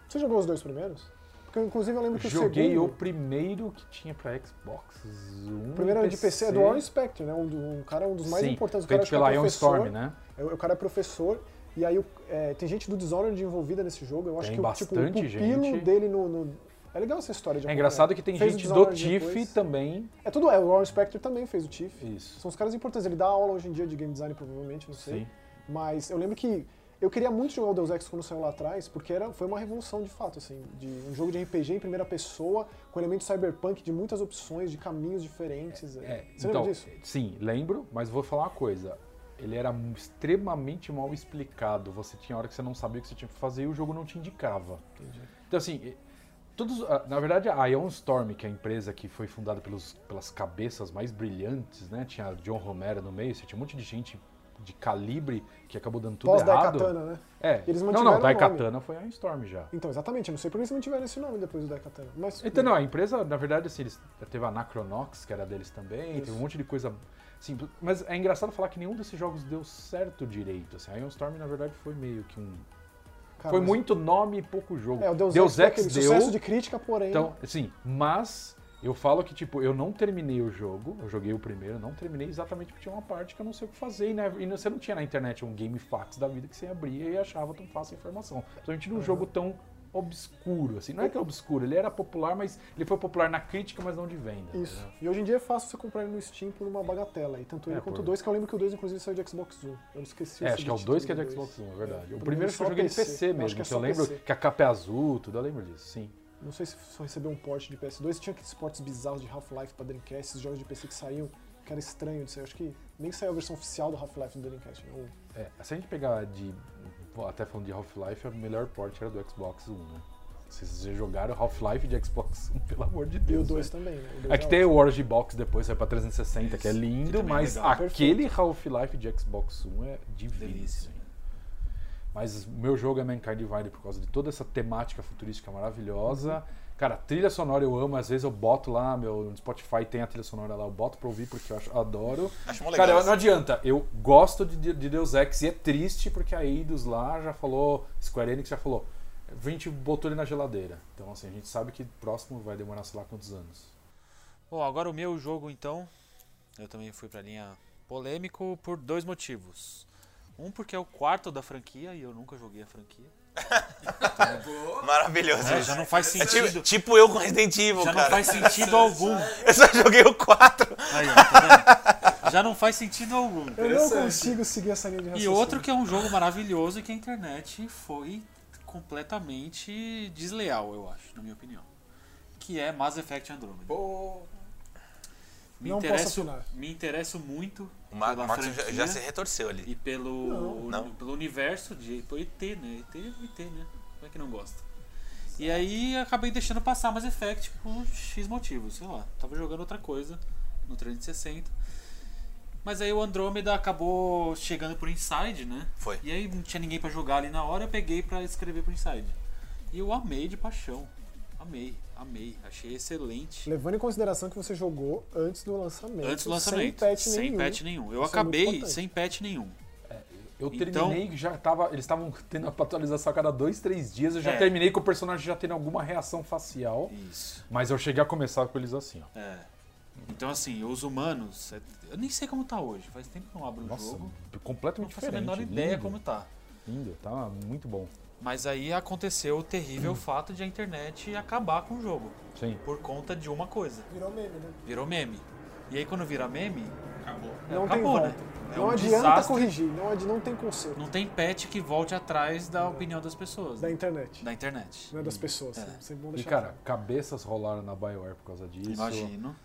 S3: Você jogou os dois primeiros? Porque inclusive eu lembro que
S5: joguei
S3: o
S5: o
S3: segundo.
S5: primeiro que tinha pra Xbox One.
S3: O primeiro era de PC, é do Warren Spector, né? Um, do- um cara, um dos mais
S5: Sim,
S3: importantes. O cara
S5: feito
S3: acho que é
S5: pela Ion
S3: professor.
S5: Storm, né?
S3: É, O cara é professor, e aí o- é, tem gente do Dishonored envolvida nesse jogo. Eu acho
S5: Tem
S3: que o, tipo, o
S5: bastante
S3: pupilo
S5: gente.
S3: dele no, no- É legal essa história de
S5: É engraçado que tem
S3: Fez o
S5: gente do
S3: Dishonored
S5: Tiff
S3: depois.
S5: também.
S3: É tudo, é, o Warren Spector também fez o Tiff.
S5: Isso.
S3: São os caras importantes. Ele dá aula hoje em dia de game design, provavelmente, não sei.
S5: Sim.
S3: Mas eu lembro que eu queria muito jogar o Deus Ex quando saiu lá atrás, porque era, foi uma revolução de fato, assim, de um jogo de RPG em primeira pessoa, com elementos cyberpunk, de muitas opções, de caminhos diferentes.
S5: É,
S3: Você
S5: então,
S3: lembra disso?
S5: sim, lembro, mas vou falar uma coisa. Ele era mu- extremamente mal explicado. Você tinha hora que você não sabia o que você tinha que fazer e o jogo não te indicava. Então, assim, eh, todos, ah, na verdade, a Ion Storm, que é a empresa que foi fundada pelos, pelas cabeças mais brilhantes, né? Tinha John Romero no meio, você tinha um monte de gente de calibre que acabou dando tudo
S3: Pós
S5: errado.
S3: Daikatana, né?
S5: É.
S3: Eles
S5: não,
S3: mantiveram
S5: não,
S3: o
S5: Daikatana foi a Ion Storm já.
S3: Então, exatamente, eu não sei por que eles mantiveram esse nome depois do Daikatana. Mas,
S5: Então, não, a empresa, na verdade, assim, eles, teve a Anacronox, que era deles também, teve um monte de coisa. Assim, mas é engraçado falar que nenhum desses jogos deu certo direito. Assim. A Ion Storm, na verdade, foi meio que um.
S3: cara,
S5: foi
S3: Ah, mas-
S5: muito nome e pouco jogo.
S3: É, o Deus, Ex, foi
S5: Ex,
S3: aquele
S5: deu.
S3: sucesso de crítica, porém.
S5: Então, assim, mas eu falo que, tipo, eu não terminei o jogo, eu joguei o primeiro, não terminei exatamente porque tinha uma parte que eu não sei o que fazer, e, né, e você não tinha na internet um game fax da vida que você abria e achava tão fácil a informação. Principalmente num jogo tão obscuro, assim. Não é que é obscuro, ele era popular, mas ele foi popular na crítica, mas não de venda.
S3: Isso.
S5: entendeu?
S3: E hoje em dia é fácil você comprar ele no Steam por uma bagatela. E tanto ele
S5: É,
S3: quanto o
S5: por-
S3: 2, que eu lembro que o 2 inclusive saiu de Xbox One. Eu esqueci
S5: É,
S3: o
S5: acho que é o
S3: subtítulo
S5: 2 que é
S3: do
S5: de
S3: dois.
S5: Xbox One, é verdade.
S3: É,
S5: O
S3: o
S5: primeiro
S3: primeiro
S5: acho que eu
S3: só
S5: joguei de
S3: PC.
S5: PC
S3: Eu acho
S5: mesmo,
S3: que é
S5: que, eu
S3: só
S5: lembro
S3: PC.
S5: que a capa é azul, tudo, eu lembro disso, sim.
S3: Não sei se só recebeu um port de PS2. Tinha aqueles portes bizarros de Half-Life pra Dreamcast, esses jogos de PC que saíam, que era estranho de sair. Acho que nem saiu a versão oficial do Half-Life do Dreamcast. né? O-
S5: É, se a gente pegar de. Até falando de Half-Life, a melhor port era do Xbox One, né? Vocês já jogaram Half-Life de Xbox One, pelo amor de
S3: E o
S5: Deus.
S3: 2
S5: né?
S3: também, né? O dois
S5: É que
S3: é
S5: tem
S3: ótimo.
S5: o Orgy Box depois, vai pra 360, que é lindo,
S1: também é
S5: mas
S1: legal.
S5: aquele Half-Life de Xbox One é divino.
S1: Delícia.
S5: assim. Mas o meu jogo é Mankind Divided por causa de toda essa temática futurística maravilhosa.
S1: Uhum.
S5: Cara, trilha sonora eu amo, às vezes eu boto lá, meu no Spotify tem a trilha sonora lá, eu boto pra ouvir porque eu acho- adoro.
S1: Ah,
S2: Acho mó legal.
S5: Cara, eu-
S2: essa.
S5: não adianta. Eu gosto de, de Deus Ex e é triste porque a Eidos lá já falou, Square Enix já falou, a gente botou ele na geladeira. Então, assim, a gente sabe que próximo vai demorar sei lá quantos anos.
S1: Bom, agora o meu jogo então, eu também fui pra linha polêmico por dois motivos. Um porque é o quarto da franquia e eu nunca joguei a franquia.
S2: Maravilhoso.
S1: É, já não faz
S2: É tipo,
S1: sentido.
S2: tipo eu com Resident Evil,
S1: Já não
S2: cara.
S1: faz sentido algum.
S2: Eu só joguei o 4.
S1: Aí, ó, tá vendo? Já não faz sentido algum.
S3: Eu não consigo seguir essa linha de
S1: E
S3: raciocínio.
S1: outro que é um jogo maravilhoso e que a internet foi completamente desleal, eu acho, na minha opinião. Que é Mass Effect Andromeda. Me,
S3: Não posso
S1: interesso,
S3: afinar.
S1: me interesso muito
S2: O Ma-
S1: pela
S2: Marcos já,
S1: franquia
S2: já se retorceu ali.
S1: e pelo,
S2: Não. Não.
S1: pelo universo de pelo ET, né? ET é ET, né? Como é que não gosta? E aí acabei deixando passar Mass Effect por X motivos, sei lá. Tava jogando outra coisa no 360. Mas aí o Andrômeda acabou chegando pro Inside, né?
S2: Foi.
S1: E aí não tinha ninguém pra jogar ali na hora, eu peguei pra escrever pro Inside. E eu amei de paixão. Amei, amei. Achei excelente.
S3: Levando em consideração que você jogou antes do lançamento.
S1: Antes do lançamento.
S3: Sem patch
S1: sem
S3: nenhum.
S1: patch nenhum. Eu
S3: Isso é muito
S1: acabei
S3: importante.
S1: sem patch nenhum.
S5: Eu
S1: Então-
S5: terminei que já tava. Eles estavam tendo pra atualização a cada dois, três dias. Eu já
S1: É.
S5: terminei com o personagem já tendo alguma reação facial.
S1: Isso.
S5: Mas eu cheguei a começar com eles assim, ó.
S1: É. Então, assim, os humanos. é- Eu nem sei como tá hoje. Faz tempo que eu não abro o
S5: Nossa,
S1: jogo. Não
S5: completamente
S1: faço a
S5: diferente.
S1: menor ideia
S5: lindo,
S1: como tá.
S5: Lindo, tá muito bom.
S1: Mas aí aconteceu o
S3: Hum.
S1: terrível fato de a internet acabar com o jogo.
S5: Sim.
S1: Por conta de uma coisa.
S3: Virou meme, né?
S1: Virou meme. E aí quando vira meme,
S4: Acabou.
S3: Não tem
S1: acabou,
S3: volta.
S1: né? É
S3: não
S1: um
S3: adianta
S1: desastre.
S3: corrigir, não, adi- não tem conserto
S1: Não tem patch que volte atrás da opinião das pessoas.
S3: da
S1: né?
S3: internet,
S1: Da internet.
S3: não é das pessoas.
S1: É.
S3: Sempre bom
S5: E
S3: deixar
S5: cara,
S3: claro.
S5: cabeças rolaram na BioWare por causa disso.
S1: Imagino.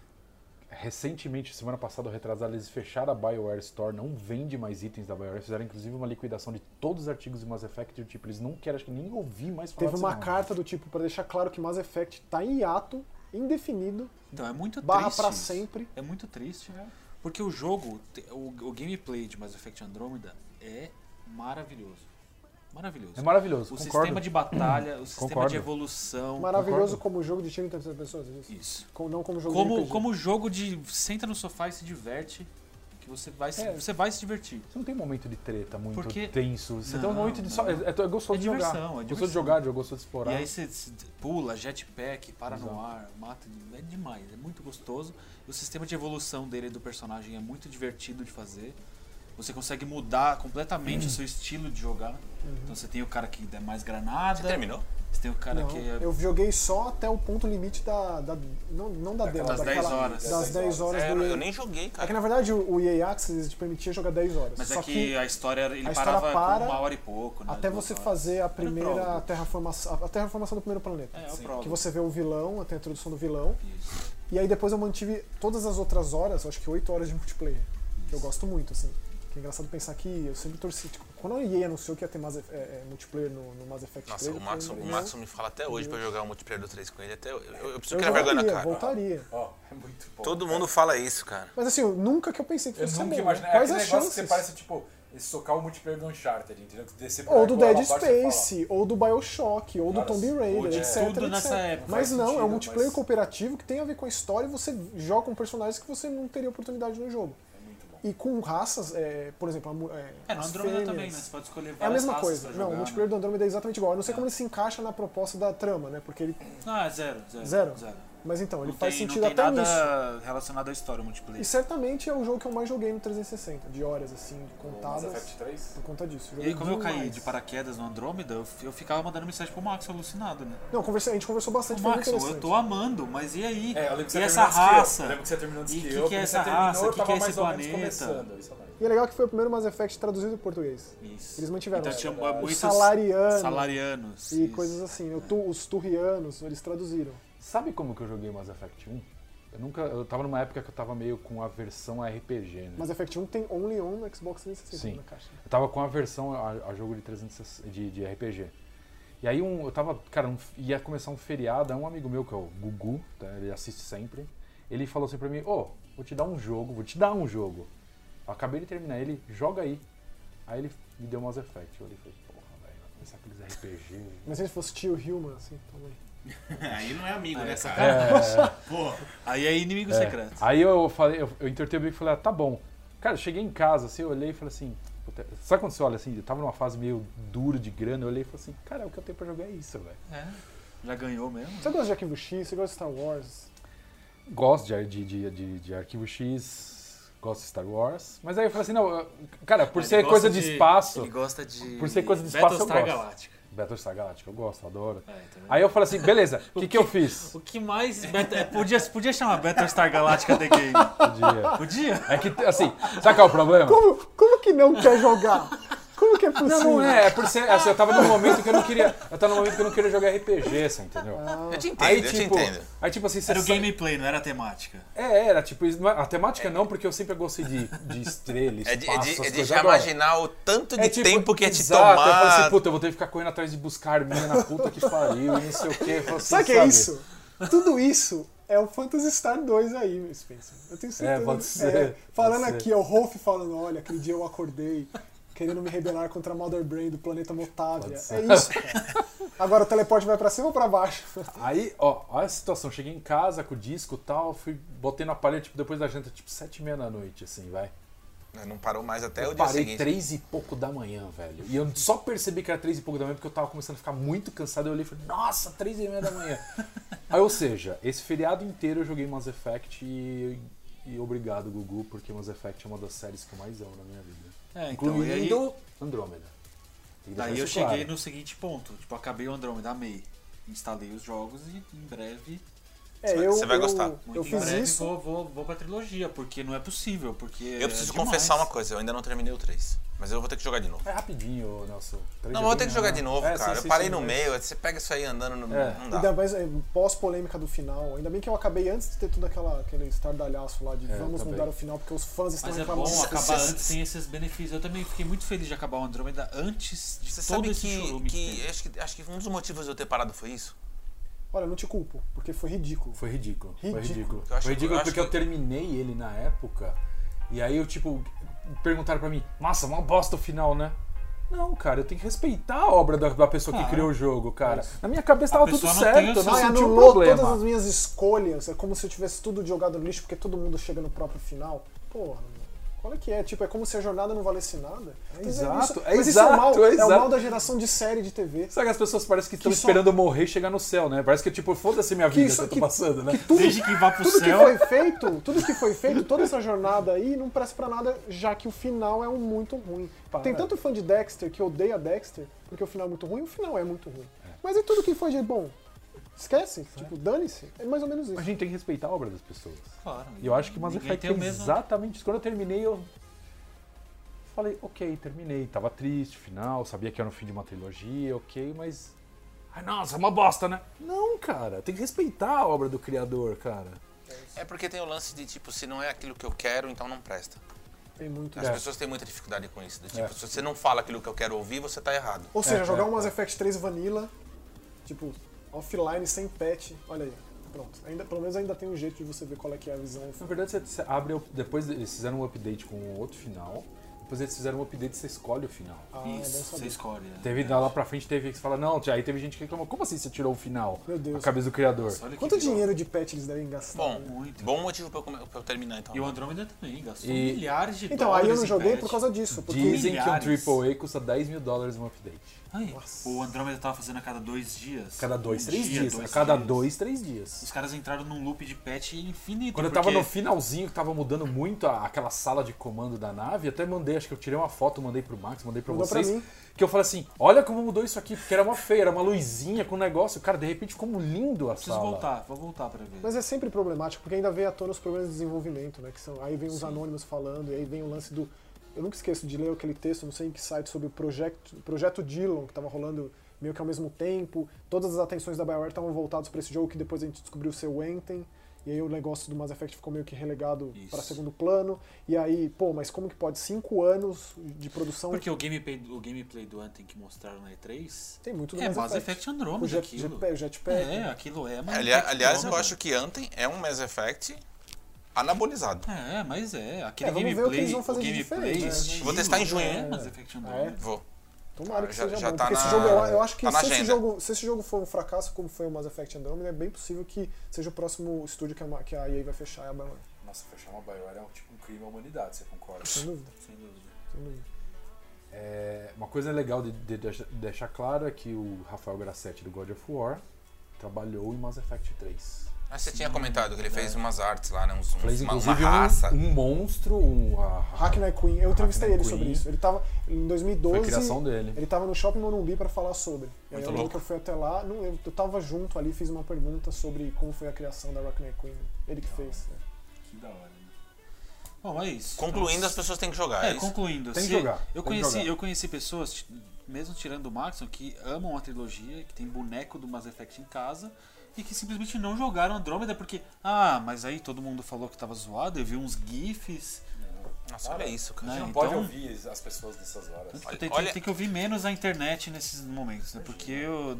S5: Recentemente, semana passada, ou retrasada, eles fecharam a BioWare Store, não vende mais itens da BioWare. Fizeram inclusive uma liquidação de todos os artigos de Mass Effect, tipo, eles não querem, acho que nem ouvi mais falar
S3: Teve
S5: desse
S3: uma
S5: nome.
S3: carta do tipo, pra deixar claro que Mass Effect tá em hiato, indefinido,
S1: Então é muito
S3: barra
S1: triste.
S3: pra
S1: isso.
S3: sempre.
S1: É muito triste. Porque o jogo, te- o, o gameplay de Mass Effect Andromeda é maravilhoso. Maravilhoso.
S5: É maravilhoso,
S1: o
S5: concordo.
S1: sistema de batalha, o sistema
S5: Concordo.
S1: de evolução.
S3: Maravilhoso
S5: concordo.
S3: como jogo de tiro em terceira pessoa, você disse?
S1: Isso.
S3: Com- não como jogo de
S1: Como,
S3: RPG.
S1: como jogo de senta no sofá e se diverte, que você vai se,
S5: É.
S1: você vai se divertir.
S5: Você não tem um momento de treta muito
S1: Porque-
S5: tenso. Você
S1: Não,
S5: tem um momento de só.
S1: não.
S5: É, é, é gostoso
S1: É
S5: de jogar.
S1: diversão, é
S5: Gostou de
S1: diversão.
S5: jogar, gostou de
S1: E
S5: explorar.
S1: aí você se pula, jetpack, para
S5: Exato.
S1: no ar, mata. É demais, é muito gostoso. O sistema de evolução dele do personagem é muito divertido de fazer. Você consegue mudar completamente o seu estilo de jogar.
S3: Uhum.
S1: Então você tem o cara que dá mais granada,
S2: Você terminou?
S1: você tem o cara
S3: Não,
S1: que é
S3: eu joguei só até o ponto limite da. da- não, não da demo,
S1: das 10
S3: daquela-
S1: horas.
S3: Das 10 horas
S2: É,
S3: do
S2: eu,
S3: EA.
S2: eu nem joguei,
S3: É que
S2: cara.
S3: na verdade o o EA Access te permitia jogar 10 horas.
S1: Mas
S3: só
S1: é que, a história ele
S3: a história
S1: parava
S3: para
S1: por uma hora e pouco, né?
S3: até
S1: duas
S3: você
S1: horas.
S3: fazer a primeira
S1: prólogo.
S3: terraformação, a terraformação do primeiro planeta.
S1: É, é o prólogo.
S3: Que você vê o vilão, tem a introdução do vilão.
S1: Isso.
S3: E aí depois eu mantive todas as outras horas, acho que 8 horas de multiplayer. Que eu gosto muito, assim. Que é engraçado pensar que eu sempre torci. Tipo, quando a EA anunciou que ia ter Mass Eff- é, é, multiplayer no, no Mass Effect
S2: Nossa,
S3: 3,
S2: o Max,
S3: eu
S2: o
S3: falei,
S2: Max me fala até hoje pra eu jogar o multiplayer do 3 com ele. Até eu, eu, eu preciso
S3: eu
S2: criar vergonha na
S3: voltaria,
S2: cara.
S3: voltaria.
S4: Ó, é muito bom.
S2: Todo mundo fala isso, cara.
S3: Mas assim, eu nunca que eu pensei que
S4: Eu
S3: fosse
S4: nunca
S3: saber,
S4: imaginei.
S3: né?
S4: É
S3: Quais
S4: aquele
S3: as
S4: negócio
S3: chances?
S4: que você parece, tipo, esse socar o multiplayer do Uncharted, entendeu? Que descer pra
S3: Ou
S1: É,
S3: do
S4: goela
S3: Dead
S4: abaixo e falar,
S3: Space, ou do Bioshock, ou do
S4: Cara,
S3: Tomb Raider,
S1: de
S3: etc.
S1: tudo
S3: etc.
S1: nessa época,
S3: mas
S4: faz
S3: não, é um
S4: sentido,
S3: multiplayer
S4: mas-
S3: cooperativo que tem a ver com a história e você joga com personagens que você não teria oportunidade no jogo.
S4: "Ó, É muito bom.
S3: E com raças, é, por exemplo, a, mu- é,
S1: É, no
S3: as
S1: Andromeda
S3: fêmeas.
S1: também, né? Você pode escolher
S3: É a
S1: várias
S3: mesma
S1: raças
S3: coisa.
S1: pra
S3: não,
S1: jogar,
S3: o multiplayer
S1: né?
S3: do Andromeda é exatamente igual. Eu não sei como ele se encaixa na proposta da trama, né? Porque ele.
S1: Ah, é zero, zero.
S3: Zero? Mas então, ele
S1: Não
S3: faz
S1: tem-
S3: sentido
S1: não tem
S3: até nisso.
S1: nada relacionado à história o multiplayer.
S3: E certamente é o jogo que eu mais joguei no 360, de horas, assim,
S4: O Mass
S3: contadas.
S4: Effect 3?
S3: Por conta disso.
S1: é E
S3: Joguei
S1: aí, como eu caí
S3: demais.
S1: de paraquedas no Andrômeda, eu, f- eu ficava mandando mensagem pro Max alucinado, né?
S3: Não, conversa- a gente conversou bastante,
S1: Ô,
S3: foi
S1: Max,
S3: muito
S1: eu
S3: interessante.
S1: tô amando, mas e aí?
S4: É, eu lembro que você
S1: e essa
S4: terminou antes que eu.
S1: raça?
S4: Eu lembro que você terminou antes
S1: E
S4: que
S1: que
S4: eu.
S1: que
S4: porque
S1: é
S4: você
S1: essa
S4: terminou,
S1: raça?
S4: eu
S1: Que
S4: tava
S1: que é
S4: mais
S1: esse
S4: ou menos
S1: planeta?
S4: começando, isso eu lembro.
S3: E é legal que foi o primeiro Mass Effect traduzido em português.
S1: Isso.
S3: Eles mantiveram
S1: Então
S3: os-
S1: tinha
S3: os
S1: muitos
S3: salarianos
S1: salarianos.
S3: e
S1: isso.
S3: coisas assim. né? O tu- os turrianos, eles traduziram.
S5: Sabe como que eu joguei Mass Effect 1? Eu nunca. Eu tava numa época que eu tava meio com a versão RPG, né?
S3: Mass Effect 1 tem Only On no Xbox 360
S5: Sim.
S3: na caixa.
S5: Eu tava com a versão a, a jogo de, 360 de, de RPG. E aí um, eu tava, cara, um- ia começar um feriado, aí um amigo meu, que é o Gugu, tá? ele assiste sempre, ele falou assim pra mim, ô, vou te dar um jogo, vou te dar um jogo. Eu acabei de terminar ele, joga aí. Aí ele me deu Mass Effect, eu olhei e falei, porra, velho, vai começar aqueles RPG.
S3: Mas se fosse tio Hillman, assim, também.
S6: Aí não é amigo, né, cara? Pô,
S1: Aí é inimigo
S5: É.
S1: secreto.
S5: Aí eu falei, eu, eu entortei o bico e falei, ah, tá bom. Cara, eu cheguei em casa, assim, eu olhei e falei assim. puta, Sabe quando você olha assim, eu tava numa fase meio dura de grana, eu olhei e falei assim, cara, o que eu tenho pra jogar é isso, velho.
S1: É. Já ganhou mesmo?
S3: Você gosta de Arquivo X? Você gosta de Star Wars?
S5: Gosto de, de, de, de, de Arquivo X, gosto de Star Wars. Mas aí eu falei assim, não, eu- cara, por
S1: Ele
S5: ser
S1: gosta
S5: coisa de, espaço.
S1: Ele gosta de.
S5: Por ser coisa de espaço, eu
S1: Battlestar
S5: gosto.
S1: Galactica.
S5: Battlestar Galactica, eu gosto, eu adoro.
S1: É,
S2: então
S1: tá vendo?
S5: Aí eu falei assim, beleza, o que, que eu fiz?
S1: O que mais. Beta- é, podia, podia chamar Battlestar Galactica The Game.
S5: Podia.
S1: Podia?
S5: um É que, assim, sabe qual é o problema?
S3: Como, como que não quer jogar? Como que é possível?
S5: Não, não é, é por ser, assim, eu tava num momento que eu não queria, eu tava num momento que eu não queria jogar RPG, você entendeu?
S2: Eu te entendo,
S5: Aí,
S2: eu
S5: tipo,
S2: te entendo.
S5: aí tipo assim, você
S1: Era o
S5: sai-
S1: gameplay, não era a temática.
S5: É, era tipo, isso não é- a temática não, porque eu sempre gostei de, de estrelas,
S2: É
S5: espaço,
S2: de, é de-
S5: essas
S2: é de
S5: coisas.
S2: já
S5: Agora,
S2: imaginar o tanto de
S5: é tipo,
S2: tempo que ia te
S5: exato, Eu falei
S2: tomar.
S5: assim, puta, eu vou ter que ficar correndo atrás de buscar minha na puta que pariu e não sei o quê. Eu falei assim,
S3: Sabe o que é isso? Tudo isso é o Phantasy Star 2 aí, Spencer. Eu tenho certeza.
S5: É, pode ser, pode
S3: falando
S5: ser.
S3: aqui, é o Rolf falando, olha, aquele dia eu acordei. querendo me rebelar contra a Mother Brain do planeta Motavia.
S5: Pode ser.
S3: É isso. Agora o teleporte vai pra cima ou pra baixo?
S5: Aí, ó, olha a situação. Cheguei em casa com o disco e tal, fui botei na palha, tipo, depois da janta, tipo, sete e meia da noite, assim, vai.
S2: Né, Não parou mais até o
S5: Eu
S2: dia
S5: parei
S2: seguinte.
S5: três e pouco da manhã, velho. E eu só percebi que era três e pouco da manhã porque eu tava começando a ficar muito cansado. Eu olhei e falei, nossa, três e meia da manhã. Aí, ou seja, esse feriado inteiro eu joguei Mass Effect e, e obrigado, Gugu, porque Mass Effect é uma das séries que eu mais amo na minha vida.
S1: É, então, e aí,
S5: Incluindo Andrômeda. Tem que deixar
S1: daí eu
S5: isso
S1: cheguei
S5: claro.
S1: no seguinte ponto. Tipo, acabei o Andrômeda, amei. Instalei os jogos e em breve,
S3: É,
S2: vai-
S3: eu,
S2: você vai
S3: eu-
S2: gostar.
S3: Eu,
S1: muito em
S3: fiz
S1: breve,
S3: isso.
S1: Vou, vou, vou pra trilogia, porque não é possível. Porque é
S2: Eu preciso confessar uma coisa, eu ainda não terminei o 3. Mas eu vou ter que jogar de novo.
S5: É rapidinho, Nelson.
S2: Não,
S5: Três é
S2: mas eu vou
S5: bem
S2: ter que jogar
S5: rápido.
S2: de novo,
S5: É, sim,
S2: cara.
S5: sim,
S2: eu parei
S5: sim,
S2: no
S5: mas-
S2: meio, você pega isso aí andando, não,
S5: É.
S2: não dá.
S3: Ainda mais é, pós-polêmica do final. Ainda bem que eu acabei antes de ter tudo aquela, aquele estardalhaço lá de
S5: É,
S3: vamos
S5: também.
S3: mudar o final, porque os fãs estão
S1: Mas é
S3: reclamando.
S1: bom acabar
S2: Cê-
S1: antes sem esses benefícios. Eu também fiquei muito feliz de acabar o Andrômeda antes de
S2: Você
S1: todo
S2: sabe
S1: esse
S2: que,
S1: churume que
S2: que,
S1: teve.
S2: acho que acho que um dos motivos de eu ter parado foi isso.
S3: Olha, não te culpo, porque foi ridículo.
S5: Foi ridículo. Foi
S3: Ridículo.
S5: ridículo.
S2: Eu acho
S5: Foi
S2: que-
S5: ridículo
S2: eu acho
S5: porque eu
S2: que-
S5: terminei ele na época. E aí eu, tipo, perguntaram pra mim, nossa, uma bosta o final, né? Não, cara, eu tenho que respeitar a obra da, da pessoa que
S1: Claro.
S5: criou o jogo, cara. Na minha cabeça tava tudo
S1: pessoa não tem
S5: certo, eu
S1: o
S5: não
S1: seu-
S3: Ai,
S5: senti um
S3: anulou todas
S5: problema.
S3: as minhas escolhas. É como se eu tivesse tudo jogado no lixo, porque todo mundo chega no próprio final. Porra, meu. Qual é que é? Tipo, é como se a jornada não valesse nada. Mas é
S5: exato,
S3: isso-
S5: é
S3: mas isso é o
S5: exato,
S3: mal,
S5: é
S3: é o mal
S5: exato.
S3: da geração de série de TV.
S5: Sabe que as pessoas parecem que estão
S3: só-
S5: esperando eu morrer e chegar no céu, né? Parece que, tipo, foda-se minha vida
S3: isso-
S5: que eu tô
S3: que-
S5: passando, né?
S3: Que tudo,
S1: Desde que vá pro
S3: tudo que
S1: céu.
S3: foi feito, tudo que foi feito, toda essa jornada aí não presta pra nada, já que o final é um muito ruim.
S5: Para.
S3: Tem tanto fã de Dexter que odeia Dexter, porque o final é muito ruim, o final é muito ruim. Mas e tudo que foi de bom? Esquece, tipo, dane-se. É mais ou menos
S5: A
S3: isso.
S5: gente tem que respeitar a obra das pessoas.
S1: Claro,
S5: E eu acho que Mass
S1: ninguém
S5: Effect
S1: tem o
S5: é
S1: mesmo-
S5: exatamente isso. Quando eu terminei, eu falei, ok, terminei. Tava triste, final, sabia que era o fim de uma trilogia, ok, mas. Ai, nossa, é uma bosta, né? Não, cara, tem que respeitar a obra do criador, cara.
S2: É porque tem o lance de tipo, se não é aquilo que eu quero, então não presta.
S3: Tem muito
S2: As
S5: É.
S2: pessoas têm muita dificuldade com isso. do tipo, se você não fala aquilo que eu quero ouvir, você tá errado.
S3: Ou seja,
S5: É,
S3: jogar
S5: é,
S3: um Mass
S5: é.
S3: Effect 3 Vanilla, tipo, offline, sem patch, olha aí. Pronto. Ainda, pelo menos ainda tem um jeito de você ver qual é que é a visão.
S5: Na verdade, você- você abre. o- Depois eles fizeram um update com o outro final. Depois eles fizeram um update você escolhe o final.
S3: Ah, é bom
S1: Isso,
S3: saber.
S1: você escolhe. né?
S5: Teve lá pra frente, teve que você fala, não, tia", aí teve gente que reclamou, como assim você tirou o final?
S3: Meu Deus.
S5: A cabeça do criador.
S1: Olha que
S3: Quanto
S1: legal.
S3: dinheiro de patch eles devem gastar?
S2: Bom,
S3: né?
S1: Muito.
S2: bom motivo pra eu, come- pra eu terminar então.
S1: E o Andrômeda também, gastou
S5: E-
S1: milhares de
S3: Então, aí
S1: dólares.
S3: eu não
S1: em
S3: joguei
S1: patch.
S3: por causa disso. Porque
S5: Dizem que um
S1: milhares.
S5: AAA custa 10 mil dólares um update.
S1: Aí,
S3: Nossa.
S1: o Andrômeda tava fazendo a cada dois dias.
S5: Cada dois,
S1: Um
S5: três
S1: dia,
S5: dias. a cada
S1: dias.
S5: dois, três dias.
S1: Os caras entraram num loop de patch infinito.
S5: Quando eu
S1: porque
S5: tava no finalzinho, que tava mudando muito a- aquela sala de comando da nave, até mandei, acho que eu tirei uma foto, mandei pro Max, mandei pra
S3: Mandou pra
S5: vocês.
S3: mim.
S5: que eu falei assim: olha como mudou isso aqui, porque era uma feia, era uma luzinha com um negócio. Cara, de repente ficou lindo a
S1: Preciso
S5: sala.
S1: voltar, vou voltar pra ver.
S3: Mas é sempre problemático, porque ainda vem à tona os problemas de desenvolvimento, né? Que são, aí vem os anônimos falando, e aí vem o lance do. Eu nunca esqueço de ler aquele texto, não sei em que site, sobre o projeto, projeto Dillon, que estava rolando meio que ao mesmo tempo. Todas as atenções da Bioware estavam voltadas para esse jogo, que depois a gente descobriu ser o Anthem. E aí o negócio do Mass Effect ficou meio que relegado
S1: Isso.
S3: para segundo plano. E aí, pô, mas como que pode? Cinco anos de produção.
S1: Porque o gameplay, o gameplay do Anthem que mostraram na E3
S3: Tem muito do
S1: é
S3: Mass
S1: Mass
S3: Effect.
S1: Effect
S3: o
S1: Andrômeda
S3: jet,
S1: aquilo.
S3: jetpack, o jetpack.
S1: É, aquilo é, mas.
S2: Aliás,
S1: Effect
S2: aliás, eu
S1: Andrômeda.
S2: acho que Anthem é um Mass Effect anabolizado.
S1: É, mas é. Aquele
S3: É, vamos ver o que
S1: gameplay.
S3: eles vão fazer
S1: o
S3: de
S1: gameplay
S3: diferente, né?
S1: estilo,
S2: Vou testar em junho,
S1: É,
S2: hein?
S1: Mass Effect
S3: Ah, é?
S1: Andrômeda.
S2: Vou.
S3: Tomara que
S2: Já-
S3: seja
S2: já
S3: bom.
S2: tá
S3: porque esse
S2: na-
S3: jogo, eu, eu acho que
S2: tá na
S3: se esse,
S2: agenda.
S3: jogo, se esse jogo for um fracasso, como foi o Mass Effect Andromeda, é bem possível que seja o próximo estúdio que a, Ma- que a EA vai fechar, é a Bioware.
S4: Nossa, fechar uma Bioware é um, tipo um crime à humanidade, você concorda?
S3: Sem dúvida,
S1: Sem dúvida.
S3: sem dúvida.
S5: É, uma coisa legal de, de deixa- deixar claro é que o Rafael Grassetti do God of War trabalhou em Mass Effect 3.
S2: Ah, você tinha comentado que ele fez umas artes lá, né? Uns, uns-
S5: Fez
S2: uma, uma
S5: inclusive um-
S2: raça.
S5: um, monstro, um. A,
S3: Hackney Queen, eu entrevistei ele
S5: Hackney
S3: sobre
S5: Queen.
S3: isso. Ele tava em
S5: foi
S3: 2012,
S5: a criação dele.
S3: ele tava no Shopping Morumbi para falar sobre. E aí
S2: Muito
S3: eu lembro
S2: louco.
S3: que eu fui até lá, não, eu, eu tava junto ali, fiz uma pergunta sobre como foi a criação da Hackney Queen. Ele que fez. né?
S4: Que da hora, né?
S1: Bom, é isso.
S2: Concluindo,
S1: Então,
S2: as pessoas têm que jogar.
S1: É,
S2: isso.
S1: concluindo.
S5: Tem que
S1: se-
S5: jogar, tem
S1: Eu
S5: que
S1: conheci,
S5: jogar.
S1: eu conheci pessoas, ti- mesmo tirando o Maxon, que amam a trilogia, que tem boneco do Mass Effect em casa e que simplesmente não jogaram Andrômeda porque, ah, mas aí todo mundo falou que tava zoado, eu vi uns GIFs.
S2: Nossa, olha isso, cara.
S1: Né?
S4: Não
S1: Então-
S4: pode ouvir as pessoas nessas horas.
S1: Tem,
S2: Olha-
S1: tem-
S2: olha-
S1: tem que ouvir menos a internet nesses momentos, né? Porque eu.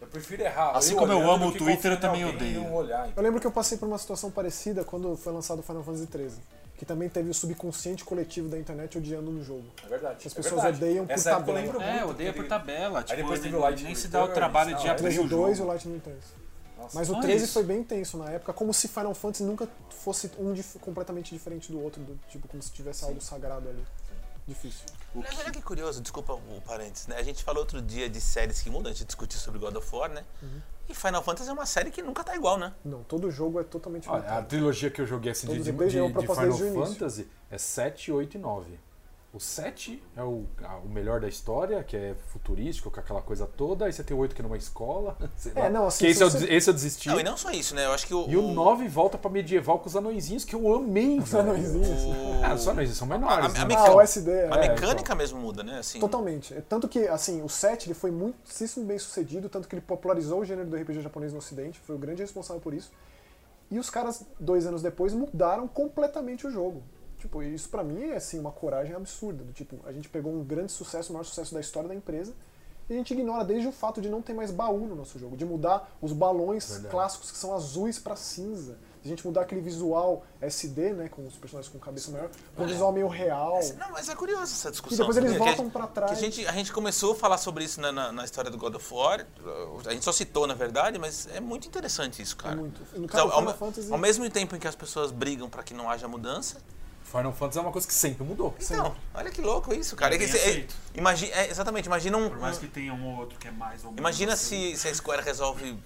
S4: Eu prefiro errar.
S1: Assim como eu
S4: olhando
S1: amo
S4: do
S1: o
S4: que
S1: Twitter, eu
S4: confiar em
S1: também
S4: alguém e
S1: odeio.
S4: Não olhar, então,
S3: Eu lembro que eu passei por uma situação parecida quando foi lançado o Final Fantasy XIII. que também teve o subconsciente coletivo da internet odiando um jogo.
S4: É verdade.
S3: As
S4: é
S3: pessoas
S4: verdade.
S3: odeiam por
S4: Essa época eu
S3: tabela.
S4: lembro
S1: É,
S4: muito
S1: odeia
S4: que
S1: por
S4: ele-
S1: tabela. Tipo,
S4: depois teve
S1: ele
S4: o Light
S1: nem se
S4: Returns,
S1: dá o trabalho
S4: não,
S1: de
S4: é.
S1: abrir
S3: Teve
S1: o
S3: o 2 e o
S1: jogo.
S3: Lightning Returns.
S4: Nossa,
S3: Mas
S1: Só
S3: o 13
S1: isso.
S3: foi bem intenso na época, como se Final Fantasy nunca fosse um dif- completamente diferente do outro, do, tipo, como se tivesse algo sagrado ali. Difícil.
S2: Aliás, olha que curioso, desculpa o parênteses, né? A gente falou outro dia de séries que mudam, a gente discutiu sobre God of War, né?
S5: Uhum.
S2: E Final Fantasy é uma série que nunca tá igual, né?
S3: Não, todo jogo é totalmente
S5: Olha, a
S3: mutado.
S5: trilogia que eu joguei assim de,
S3: Todos
S5: de,
S3: os dois
S5: de-
S3: eu
S5: de
S3: propus
S5: Final
S3: desde o início.
S5: Fantasy é 7, 8 e 9. O 7 é o, a- o melhor da história, que é futurístico, com aquela coisa toda. Aí você tem o 8 que é numa escola. Sei
S3: É,
S5: lá.
S3: não, assim,
S5: que esse,
S3: se
S5: eu,
S3: você-
S5: des- esse eu desisti.
S2: Não, e não só isso, né? Eu acho que o.
S5: E o 9 volta pra medieval com os anõezinhos, que eu amei. Os
S3: anõezinhos.
S5: Ah, os anõezinhos são
S2: A,
S5: menores.
S2: a
S5: né?
S3: Ah,
S2: mecânica,
S3: o SD, é.
S2: a mecânica
S5: então.
S2: mesmo muda, né? Assim,
S3: Totalmente. É, Tanto que, assim, o 7 ele foi muitíssimo bem sucedido, tanto que ele popularizou o gênero do RPG japonês no ocidente, foi o grande responsável por isso. E os caras, dois anos depois, mudaram completamente o jogo. Tipo, isso pra mim é, assim, uma coragem absurda. Do tipo, a gente pegou um grande sucesso, o maior sucesso da história da empresa, e a gente ignora desde o fato de não ter mais baú no nosso jogo, de mudar os balões
S5: Verdade.
S3: clássicos que são azuis pra cinza, de a gente mudar aquele visual SD, né, com os personagens com cabeça maior, com um visual meio real.
S2: Não, mas é curioso essa discussão.
S3: E depois eles
S2: sabia? Que a
S3: voltam
S2: gente-
S3: pra trás.
S2: que a, gente, a gente começou a falar sobre isso na, na- na história do God of War. A gente só citou, na verdade, mas é muito interessante isso, cara.
S3: É muito. E no caso
S2: Então,
S3: do
S2: ao,
S3: Final
S2: me-
S3: Fantasy-
S2: ao mesmo tempo em que as pessoas brigam pra que não haja mudança,
S5: Final Fantasy é uma coisa que sempre mudou.
S2: então, olha que louco isso, cara.
S1: É
S2: É que
S1: bem
S2: cê- é-
S1: aceito.
S2: imagi- é, exatamente, imagina um.
S6: Por mais
S2: um-
S6: que tenha um ou outro que é mais ou menos.
S2: Imagina
S6: assim,
S2: se, se a Square resolve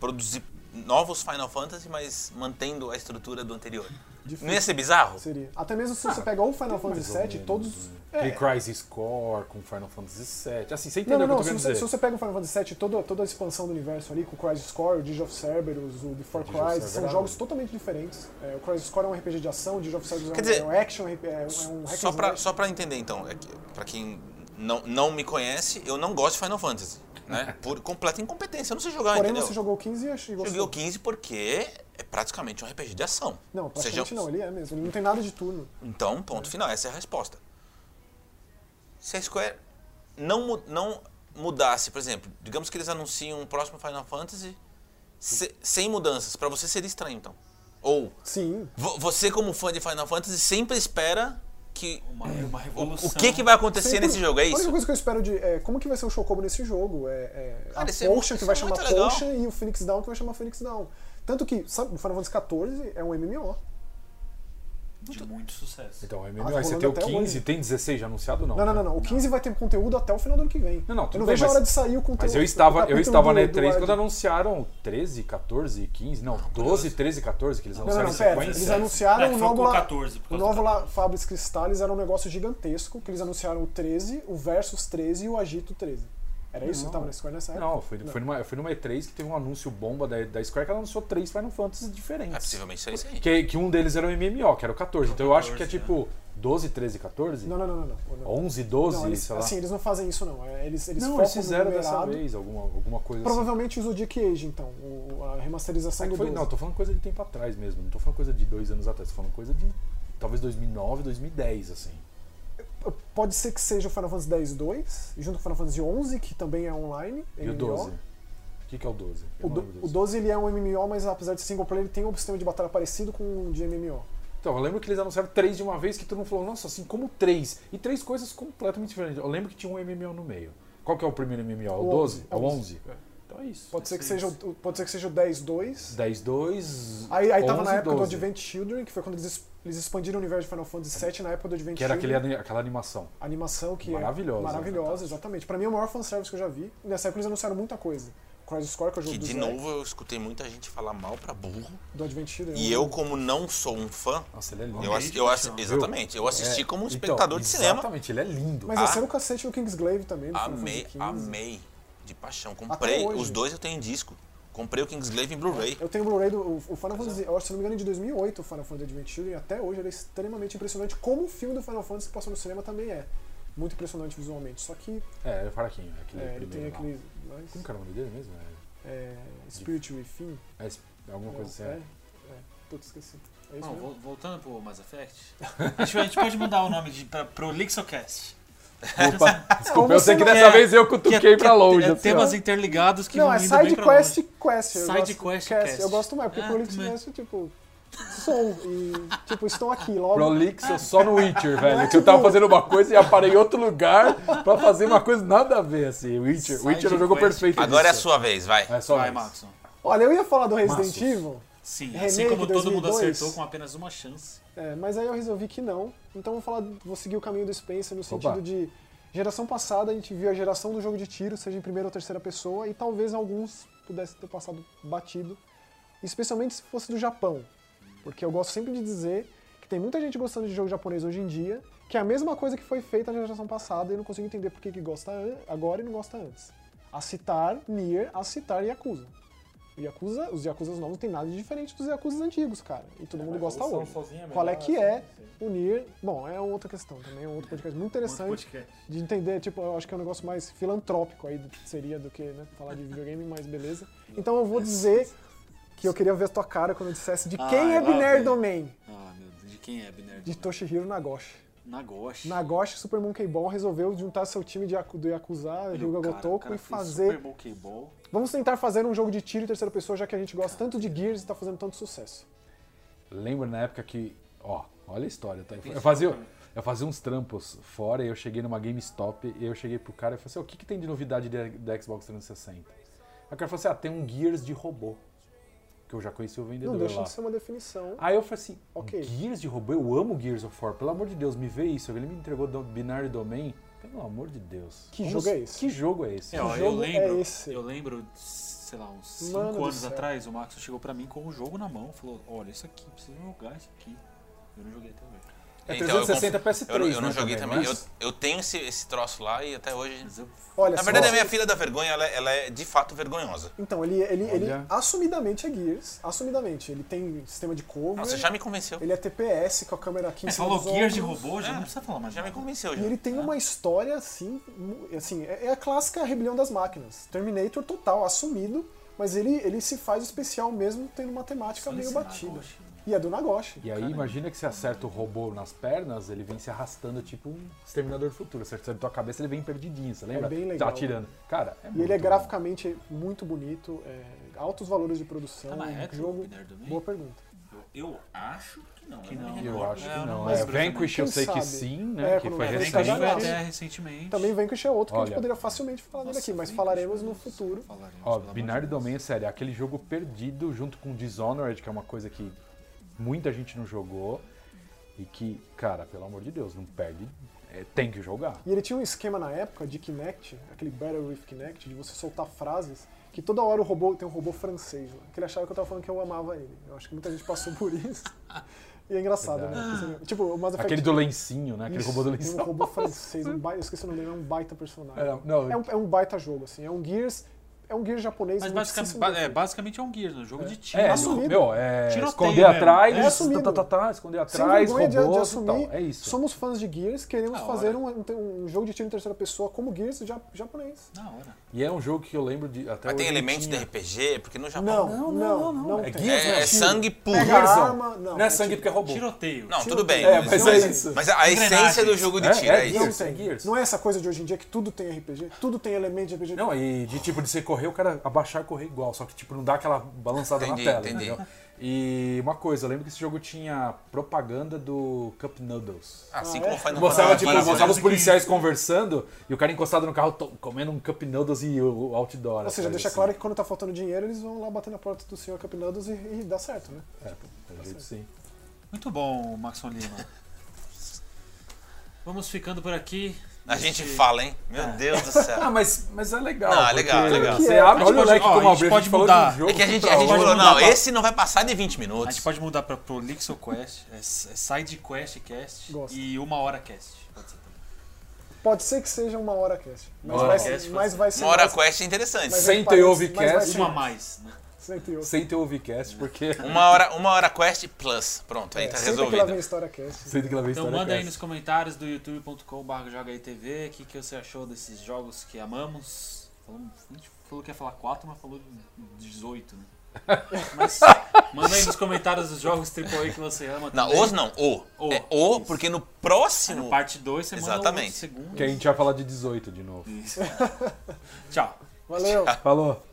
S2: produzir novos Final Fantasy, mas mantendo a estrutura do anterior.
S3: Difícil.
S2: Não é ia ser bizarro?
S3: Seria. Até mesmo se você pegar o Final Fantasy
S5: Ah, mais ou
S3: VII,
S5: menos,
S3: todos.
S5: É.
S3: É.
S5: Crisis Core com Final Fantasy VII. Assim, você
S3: Não,
S5: entendeu
S3: não,
S5: o que
S3: não.
S5: eu tô
S3: Se
S5: querendo
S3: você,
S5: dizer?
S3: se você pega o Final Fantasy VII, toda, toda a expansão do universo ali, com o Crisis Core, o Age of Cerberus, o Before
S5: Age of
S3: Crisis, são
S5: Cerberus. é
S3: jogos totalmente diferentes. É, o Crisis Core é um RPG de ação, o Age of Cerberus é um,
S2: Quer dizer,
S3: é um action, é um hack and
S2: Só pra,
S3: slash.
S2: só pra entender, então, é que, pra quem não, não me conhece, eu não gosto de Final Fantasy. Né? Por completa incompetência. Eu não sei jogar,
S3: Porém,
S2: entendeu?
S3: você jogou o 15 e achei
S2: Joguei o
S3: gostou.
S2: 15 porque é praticamente um RPG de ação.
S3: Não,
S2: Ou seja,
S3: praticamente não, ele é mesmo. Ele não tem nada de turno.
S2: Então, ponto final. Essa é a resposta. Se a Square não, mu- não mudasse, por exemplo, digamos que eles anunciam um próximo Final Fantasy se- sem mudanças, pra você seria estranho, então. Ou
S3: Sim.
S2: vo- você, como fã de Final Fantasy, sempre espera que.
S6: Uma, uma
S2: O,
S6: revolução.
S2: o que, que vai acontecer
S3: Sempre-
S2: nesse jogo? É
S3: A única
S2: isso?
S3: coisa que eu espero de. É, como que vai ser o Chocobo nesse jogo? É, é
S2: Cara, isso é
S3: a Potion
S2: muito-
S3: que vai
S2: isso é
S3: chamar
S2: muito legal.
S3: Potion e o Phoenix Down que vai chamar Phoenix Down. Tanto que, sabe, o Final Fantasy XIV é um MMO.
S6: De muito sucesso.
S5: Então, é
S3: Ah,
S5: MMO.
S3: tá
S5: Aí você
S3: rolando
S5: tem o
S3: até
S5: 15,
S3: hoje.
S5: tem 16 já anunciado? Não,
S3: Não, não, tá
S5: né?
S3: não, não. O 15 vai ter conteúdo até o final do ano que vem.
S5: Não, não,
S3: eu
S5: tudo
S3: não
S5: bem,
S3: vejo a hora
S5: mas-
S3: de sair o conteúdo.
S5: Mas eu
S3: tá o
S5: estava, eu
S3: capítulo
S5: estava
S3: do-
S5: na
S3: do
S5: E3
S3: Ed.
S5: quando anunciaram 13, 14, 15, não, 12, 13, 14 que eles
S3: Não, não,
S5: anunciaram
S3: não,
S5: em
S3: pera.
S5: sequência.
S3: Eles anunciaram
S6: É,
S3: o
S6: foi
S3: novo
S6: com
S3: lá.
S6: 14, por
S3: O
S6: causa
S3: novo
S6: do
S3: lá, Fabris Cristales, era um negócio gigantesco, que eles anunciaram o 13, o Versus 13 e o Agito 13. Era isso
S5: Não.
S3: que estava na Square nessa época?
S5: Não, foi, foi, numa, foi numa E3 que teve um anúncio bomba da, da Square que ela anunciou três Final Fantasy
S2: É
S5: diferentes.
S2: possivelmente seria isso aí.
S5: que, que um deles era o MMO, que era o 14. Então eu acho que é
S6: 14,
S5: tipo 12, 13, 14?
S3: Não, não, não, não. não, não.
S5: 11, 12,
S3: Não, eles,
S5: sei lá.
S3: assim, eles não fazem isso, não. É, Eles, eles
S5: não,
S3: focam
S5: eles
S3: no
S5: fizeram dessa
S3: numerado.
S5: vez assim. alguma, alguma coisa assim.
S3: Provavelmente usa o Dick Age, então. o- a remasterização
S5: É que
S3: do
S5: foi,
S3: 12.
S5: não, eu tô falando coisa de tempo atrás mesmo. Não tô falando coisa de dois anos atrás. Tô falando coisa de talvez 2009, 2010, assim.
S3: Pode ser que seja o Final Fantasy X 2, junto com o Final Fantasy 11, que também é online.
S5: E o
S3: MMO.
S5: 12? O que, que é o 12? Eu
S3: O,
S5: não
S3: do-
S5: lembro
S3: o
S5: disso.
S3: 12 ele é um MMO, mas apesar de single player, ele tem um sistema de batalha parecido com o de MMO.
S5: Então, eu lembro que eles anunciaram três de uma vez que todo mundo falou, nossa, assim, como três? E três coisas completamente diferentes. Eu lembro que tinha um MMO no meio. Qual que é o primeiro MMO? O
S3: O
S5: 12? É o
S3: 11.
S5: 11? Então é isso.
S3: Pode ser que seja o, pode ser que seja o 10 2.
S5: 10, 2.
S3: Aí, aí tava
S5: 11,
S3: na época
S5: 12,
S3: do Advent Children, que foi quando eles, es- eles expandiram o universo de Final Fantasy VII, na época do Advent
S5: Que era aquele,
S3: Children.
S5: ani- aquela animação.
S3: A animação que
S5: Maravilhosa, né?
S3: é maravilhosa,
S5: fantástica.
S3: exatamente. Pra mim é o maior fanservice que eu já vi. Nessa época eles anunciaram muita coisa. Crisis Score, que é o jogo
S2: Que
S3: do,
S2: de
S3: Zack,
S2: novo eu escutei muita gente falar mal pra burro.
S3: do Advent Children. né?
S2: E eu, como não sou um fã,
S5: Nossa, ele é lindo.
S2: eu, ass- eu ass- exatamente, eu assisti
S5: É,
S2: como um
S5: então,
S2: espectador de cinema.
S5: Exatamente, ele é lindo.
S3: Mas
S2: Ah.
S3: esse era o cacete do Kingsglaive também. do Final
S2: Amei,
S3: Fantasy XV.
S2: amei de paixão. Comprei,
S3: hoje.
S2: os dois eu tenho em disco. Comprei o Kingsglaive em Blu-ray.
S3: Eu tenho o Blu-ray do o, o Final Fantasy, eu acho, se não me engano, é de 2008, o Final Fantasy Advent Children, e até hoje ele é extremamente impressionante, como o filme do Final Fantasy que passou no cinema também é. Muito impressionante visualmente, só que
S5: É, é fraquinho. Aquele
S3: é, ele
S5: primeiro
S3: tem
S5: lá.
S3: aquele. Mas,
S5: Como que era o nome dele mesmo?
S3: é, Spirit Within?
S5: É, é es- alguma
S3: não,
S5: coisa assim.
S3: é,
S5: é.
S3: é. Putz, esqueci. É isso
S1: Não,
S3: mesmo?
S1: vo- voltando pro Mass Effect.
S6: A gente, a gente pode mudar o nome de, pra, pro Lixocast.
S5: Opa, desculpa,
S3: é. Como assim?
S5: eu sei que
S3: você
S1: não-
S5: dessa
S1: É,
S5: vez eu
S1: Que é-
S5: cutuquei
S1: que é-
S5: pra longe.
S1: é
S5: assim, ó.
S1: temas interligados que
S3: Não,
S1: vão
S3: é
S1: indo bem
S3: Side
S1: pra longe.
S3: Quest Quest. eu
S1: Side
S3: gosto-
S1: Quest, Cast.
S3: Eu gosto mais, porque
S1: É,
S3: o Polix
S1: também.
S3: Quest, tipo. som. E, tipo, estão aqui logo. Ah.
S5: Prolixo só no Witcher, velho. Que eu tava fazendo uma coisa e aparei em outro lugar pra fazer uma coisa nada a ver, assim. Witcher,
S1: Side
S5: Witcher é o jogo
S1: quest.
S5: perfeito
S2: Agora é a
S5: disso.
S2: sua vez, vai.
S5: É só
S1: Vai,
S5: isso.
S1: Maxon.
S3: Olha, eu ia falar do Resident
S5: Maços.
S3: Evil,
S1: Sim,
S3: Remake
S1: assim como todo mundo
S3: 2002.
S1: acertou com apenas uma chance.
S3: é, mas aí eu resolvi que não. Então eu vou, falar, vou seguir o caminho do Spencer no sentido de. Geração passada a gente viu a geração do jogo de tiro, seja em primeira ou terceira pessoa, e talvez alguns pudessem ter passado batido. Especialmente se fosse do Japão. Porque eu gosto sempre de dizer que tem muita gente gostando de jogo japonês hoje em dia, que é a mesma coisa que foi feita na geração passada e eu não consigo entender por que, que gosta an- agora e não gosta antes. A citar Nier, a citar Yakuza. O Yakuza, os Yakuzas novos não tem nada de diferente dos Yakuzas antigos, cara. E todo mundo gosta hoje. Qual é que é o Nier? Bom, é outra questão também, é um outro podcast muito interessante
S6: Podcast.
S3: de entender, tipo, eu acho que é um negócio mais filantrópico aí seria do que né, falar de videogame, mas beleza. Então eu vou dizer que eu queria ver a tua cara quando eu dissesse de quem
S1: Ai,
S3: é
S1: Ah, lá
S3: Binaire
S1: vem.
S3: Domain?
S1: Ah, meu Deus, de quem é Binerd?
S3: De Toshihiro Nagoshi.
S1: Nagoshi.
S3: Nagoshi Super Monkey Ball resolveu juntar seu time de, Yaku- do Yakuza,
S1: Olha
S3: Ryuga
S1: o cara, o
S3: Gotoku
S1: cara
S3: e
S1: fez
S3: fazer...
S1: Super Monkey Ball.
S3: Vamos tentar fazer um jogo de tiro em terceira pessoa, já que a gente gosta tanto de Gears e tá fazendo tanto sucesso.
S5: Lembro na época que, ó, olha a história, tá? Eu fazia, eu fazia uns trampos fora e eu cheguei numa GameStop e eu cheguei pro cara e falei assim, "Ó, o que, que tem de novidade da, da Xbox 360? Aí o cara falou assim, ah, tem um Gears de robô, que eu já conheci o vendedor
S3: Não deixa
S5: lá.
S3: de ser uma definição.
S1: Ah,
S5: Aí eu falei assim,
S3: Ok.
S5: Gears de robô? Eu amo Gears of War, pelo amor de Deus, me vê isso. Ele me entregou do Binary Domain, pelo amor de Deus.
S3: Que
S5: Como
S3: jogo
S5: se-
S3: é esse?
S5: Que jogo é esse?
S1: É, ó, eu
S3: jogo é
S1: lembro,
S3: esse?
S1: eu lembro, sei lá, uns 5
S3: Mano do
S1: anos
S3: céu.
S1: atrás, o Maxon chegou pra mim com o jogo na mão, falou: "Olha isso aqui, preciso jogar isso aqui". Eu não joguei até hoje.
S5: É
S2: Então, eu
S5: 360
S2: conf-
S5: PS3,
S2: Eu, eu não
S5: né,
S2: joguei
S5: também,
S2: também.
S5: mas-
S2: Eu, eu tenho esse, esse troço lá e até hoje.
S1: Mas eu
S3: Olha
S2: Na
S3: É só.
S1: é
S2: verdade, a minha filha da vergonha, ela, ela é de fato vergonhosa.
S3: Então, ele, ele, ele
S5: Olha.
S3: assumidamente é Gears, assumidamente. Ele tem sistema de cover,
S2: Nossa, já me convenceu.
S3: ele é TPS com a câmera aqui em
S1: Você
S3: cima
S1: É, falou
S3: dos
S1: Gears de
S3: ombros.
S1: robô, já não precisa falar mais.
S2: Já me
S1: nada.
S2: convenceu,
S3: E
S2: já.
S3: ele tem uma história assim, mu- assim, é é a clássica rebelião das máquinas. Terminator total, assumido, mas ele, ele se faz especial mesmo tendo uma temática
S1: Só
S3: meio
S1: esse
S3: batida.
S1: Nagoshi, né?
S3: E é do Nagoshi.
S5: E aí, imagina que você acerta o robô nas pernas, ele vem se arrastando tipo um exterminador do futuro. Você acerta a tua cabeça, ele vem perdidinho, você lembra?
S3: É bem legal.
S5: Tá atirando. Cara, é
S3: E ele é
S5: muito bom.
S3: graficamente muito bonito, é, altos valores de produção,
S1: Tá na
S3: um
S1: retro,
S3: jogo.
S1: Binary Domain?
S3: Boa pergunta.
S6: Eu acho que não.
S1: Que não.
S5: Eu acho que
S1: É, eu não
S5: não. É,
S1: lembro também.
S5: Vanquish eu
S3: Quem
S5: sei que
S3: sabe?
S5: sim, né?
S3: É,
S5: que
S3: quando lançou
S5: foi
S1: Vem
S3: esse
S1: que
S5: recente.
S3: já
S1: foi
S3: era.
S1: até recentemente.
S3: Também Vanquish é outro que a
S5: Olha.
S3: gente poderia facilmente falar dele
S1: Nossa,
S3: aqui, mas
S1: Vanquish,
S3: falaremos no
S1: nossa.
S3: futuro.
S1: Falaremos,
S5: Ó,
S1: pelo amor
S5: Binary
S1: de Deus.
S5: Domain, sério, é aquele jogo perdido junto com Dishonored, que é uma coisa que muita gente não jogou. E que, cara, pelo amor de Deus, não perde. É, tem que jogar.
S3: E ele tinha um esquema na época de Kinect, aquele Battle with Kinect, de você soltar frases, que toda hora o robô tem um robô francês lá, que ele achava que eu tava falando que eu amava ele. Eu acho que muita gente passou por isso. E é engraçado, né? Tipo, o Mass Effect.
S5: Aquele do lencinho, né? Aquele
S3: Isso,
S5: robô do
S3: tem
S5: lencinho.
S3: Um robô francês, um baita, eu esqueci o nome dele, é um baita personagem.
S5: É, não, não.
S3: É, um, é um baita jogo, assim. É um Gears. É um Gears japonês.
S1: Mas
S3: muitíssimo
S1: basicamente, ba- é,
S3: bem feito.
S1: basicamente é um Gears, um jogo de tiro.
S5: É,
S3: Assumido.
S5: meu, é
S1: Tiroteio
S5: esconder
S1: mesmo.
S5: atrás,
S3: É assumido.
S5: tá, tá, tá, esconder
S1: é,
S3: Sem
S5: atrás,
S3: vergonha de, de
S5: robôs e
S3: assumir,
S5: tal. É isso.
S3: somos fãs de Gears, queremos
S1: Da
S3: fazer
S1: hora.
S3: um, um- um jogo de tiro em terceira pessoa como Gears ja- japonês.
S1: Na hora.
S3: tá
S5: E é um jogo que eu lembro de até
S2: Mas
S5: hoje
S2: tem
S5: não
S2: elementos de
S5: tinha.
S2: RPG, porque no
S1: Ah,
S2: Japão.
S3: Não, não, não.
S5: É
S3: tem.
S5: Gears,
S2: É,
S5: né?
S2: é sangue puro.
S3: Pega a arma, não.
S5: Não é
S3: é
S5: sangue porque é robô.
S1: Tiroteio.
S2: Não, tudo bem.
S5: É, mas é
S3: Não,
S5: isso.
S2: Mas a, a essência
S1: Engrenagens.
S2: do jogo de
S5: É,
S2: tiro
S5: é
S2: é isso.
S5: isso.
S3: Não
S5: Gears, é
S3: tem.
S5: Gears.
S3: Não é essa coisa de hoje em dia que tudo tem RPG, tudo tem elemento de RPG.
S5: Não, e de tipo de você correr, o cara abaixar e correr igual, só que tipo não dá aquela balançada
S2: Entendi,
S5: na tela,
S2: entendi.
S5: entendeu? E uma coisa, eu lembro que esse jogo tinha propaganda do Cup Noodles.
S2: Assim
S3: Ah,
S2: como
S3: é?
S2: faz no
S5: Mostrava, tipo,
S2: Fantasy.
S5: mostrava os policiais conversando e o cara encostado no carro to- comendo um Cup Noodles e o o outdoor.
S3: Ou seja,
S5: sabe,
S3: deixa
S5: assim.
S3: claro que quando tá faltando dinheiro, eles vão lá bater na porta do senhor Capinados e, e dá certo, né?
S5: Pelo jeito, sim.
S1: Muito bom, Maxon Lima. Vamos ficando por aqui.
S2: A gente fala, hein? Meu Deus do
S5: Ah,
S2: céu.
S5: mas, mas é legal.
S2: Não, é legal,
S5: porque
S2: é legal.
S5: Você
S3: É,
S5: abre,
S1: a gente
S5: olha o
S1: pode-
S5: leque
S1: ó, a
S5: como
S1: gente
S5: abriu, a
S1: pode
S5: gente falou de
S1: mudar.
S5: um jogo.
S2: É que a gente,
S5: pra
S2: a gente
S5: outro.
S2: falou,
S1: mudar
S2: não,
S1: pra-
S2: esse não vai passar de 20
S1: A
S2: minutos.
S1: gente pode mudar pra Prolixo Quest, é, é Side Quest Cast
S3: Gosto.
S1: e Uma Hora Cast. Pode ser também.
S3: Pode ser que seja uma hora cast, mas,
S5: Hora
S3: vai,
S1: cast,
S3: ser, mas vai ser
S2: Uma hora
S3: mais-
S2: quest é interessante.
S3: mas
S5: Sem
S3: é que
S5: ter
S3: parece-
S5: overcast,
S3: mas vai ser
S1: Uma a
S3: mais.
S1: mais, né?
S3: Sem ter overcast.
S5: Sem ter overcast, porque.
S2: Uma hora, uma hora quest plus. Pronto, aí tá
S3: Senta que lá vem
S2: resolvido.
S3: história cast.
S5: Sendo que lá vem
S1: Então
S5: história
S1: manda aí nos
S5: cast.
S1: comentários do youtube.com.br jogaitv o que, que você achou desses jogos que amamos. Falou- a gente falou que ia falar 4, mas falou 18, né? Mas manda aí nos comentários os jogos AAA que você ama.
S2: Não,
S1: também.
S2: os não, o.
S1: O.
S2: É o,
S1: Isso. Ah,
S2: porque no
S1: Aí
S2: próximo.
S1: na parte 2 você manda um
S2: Exatamente.
S1: o segundo.
S5: Que a gente vai falar de 18 de novo.
S1: Tchau.
S3: Valeu!
S5: Falou.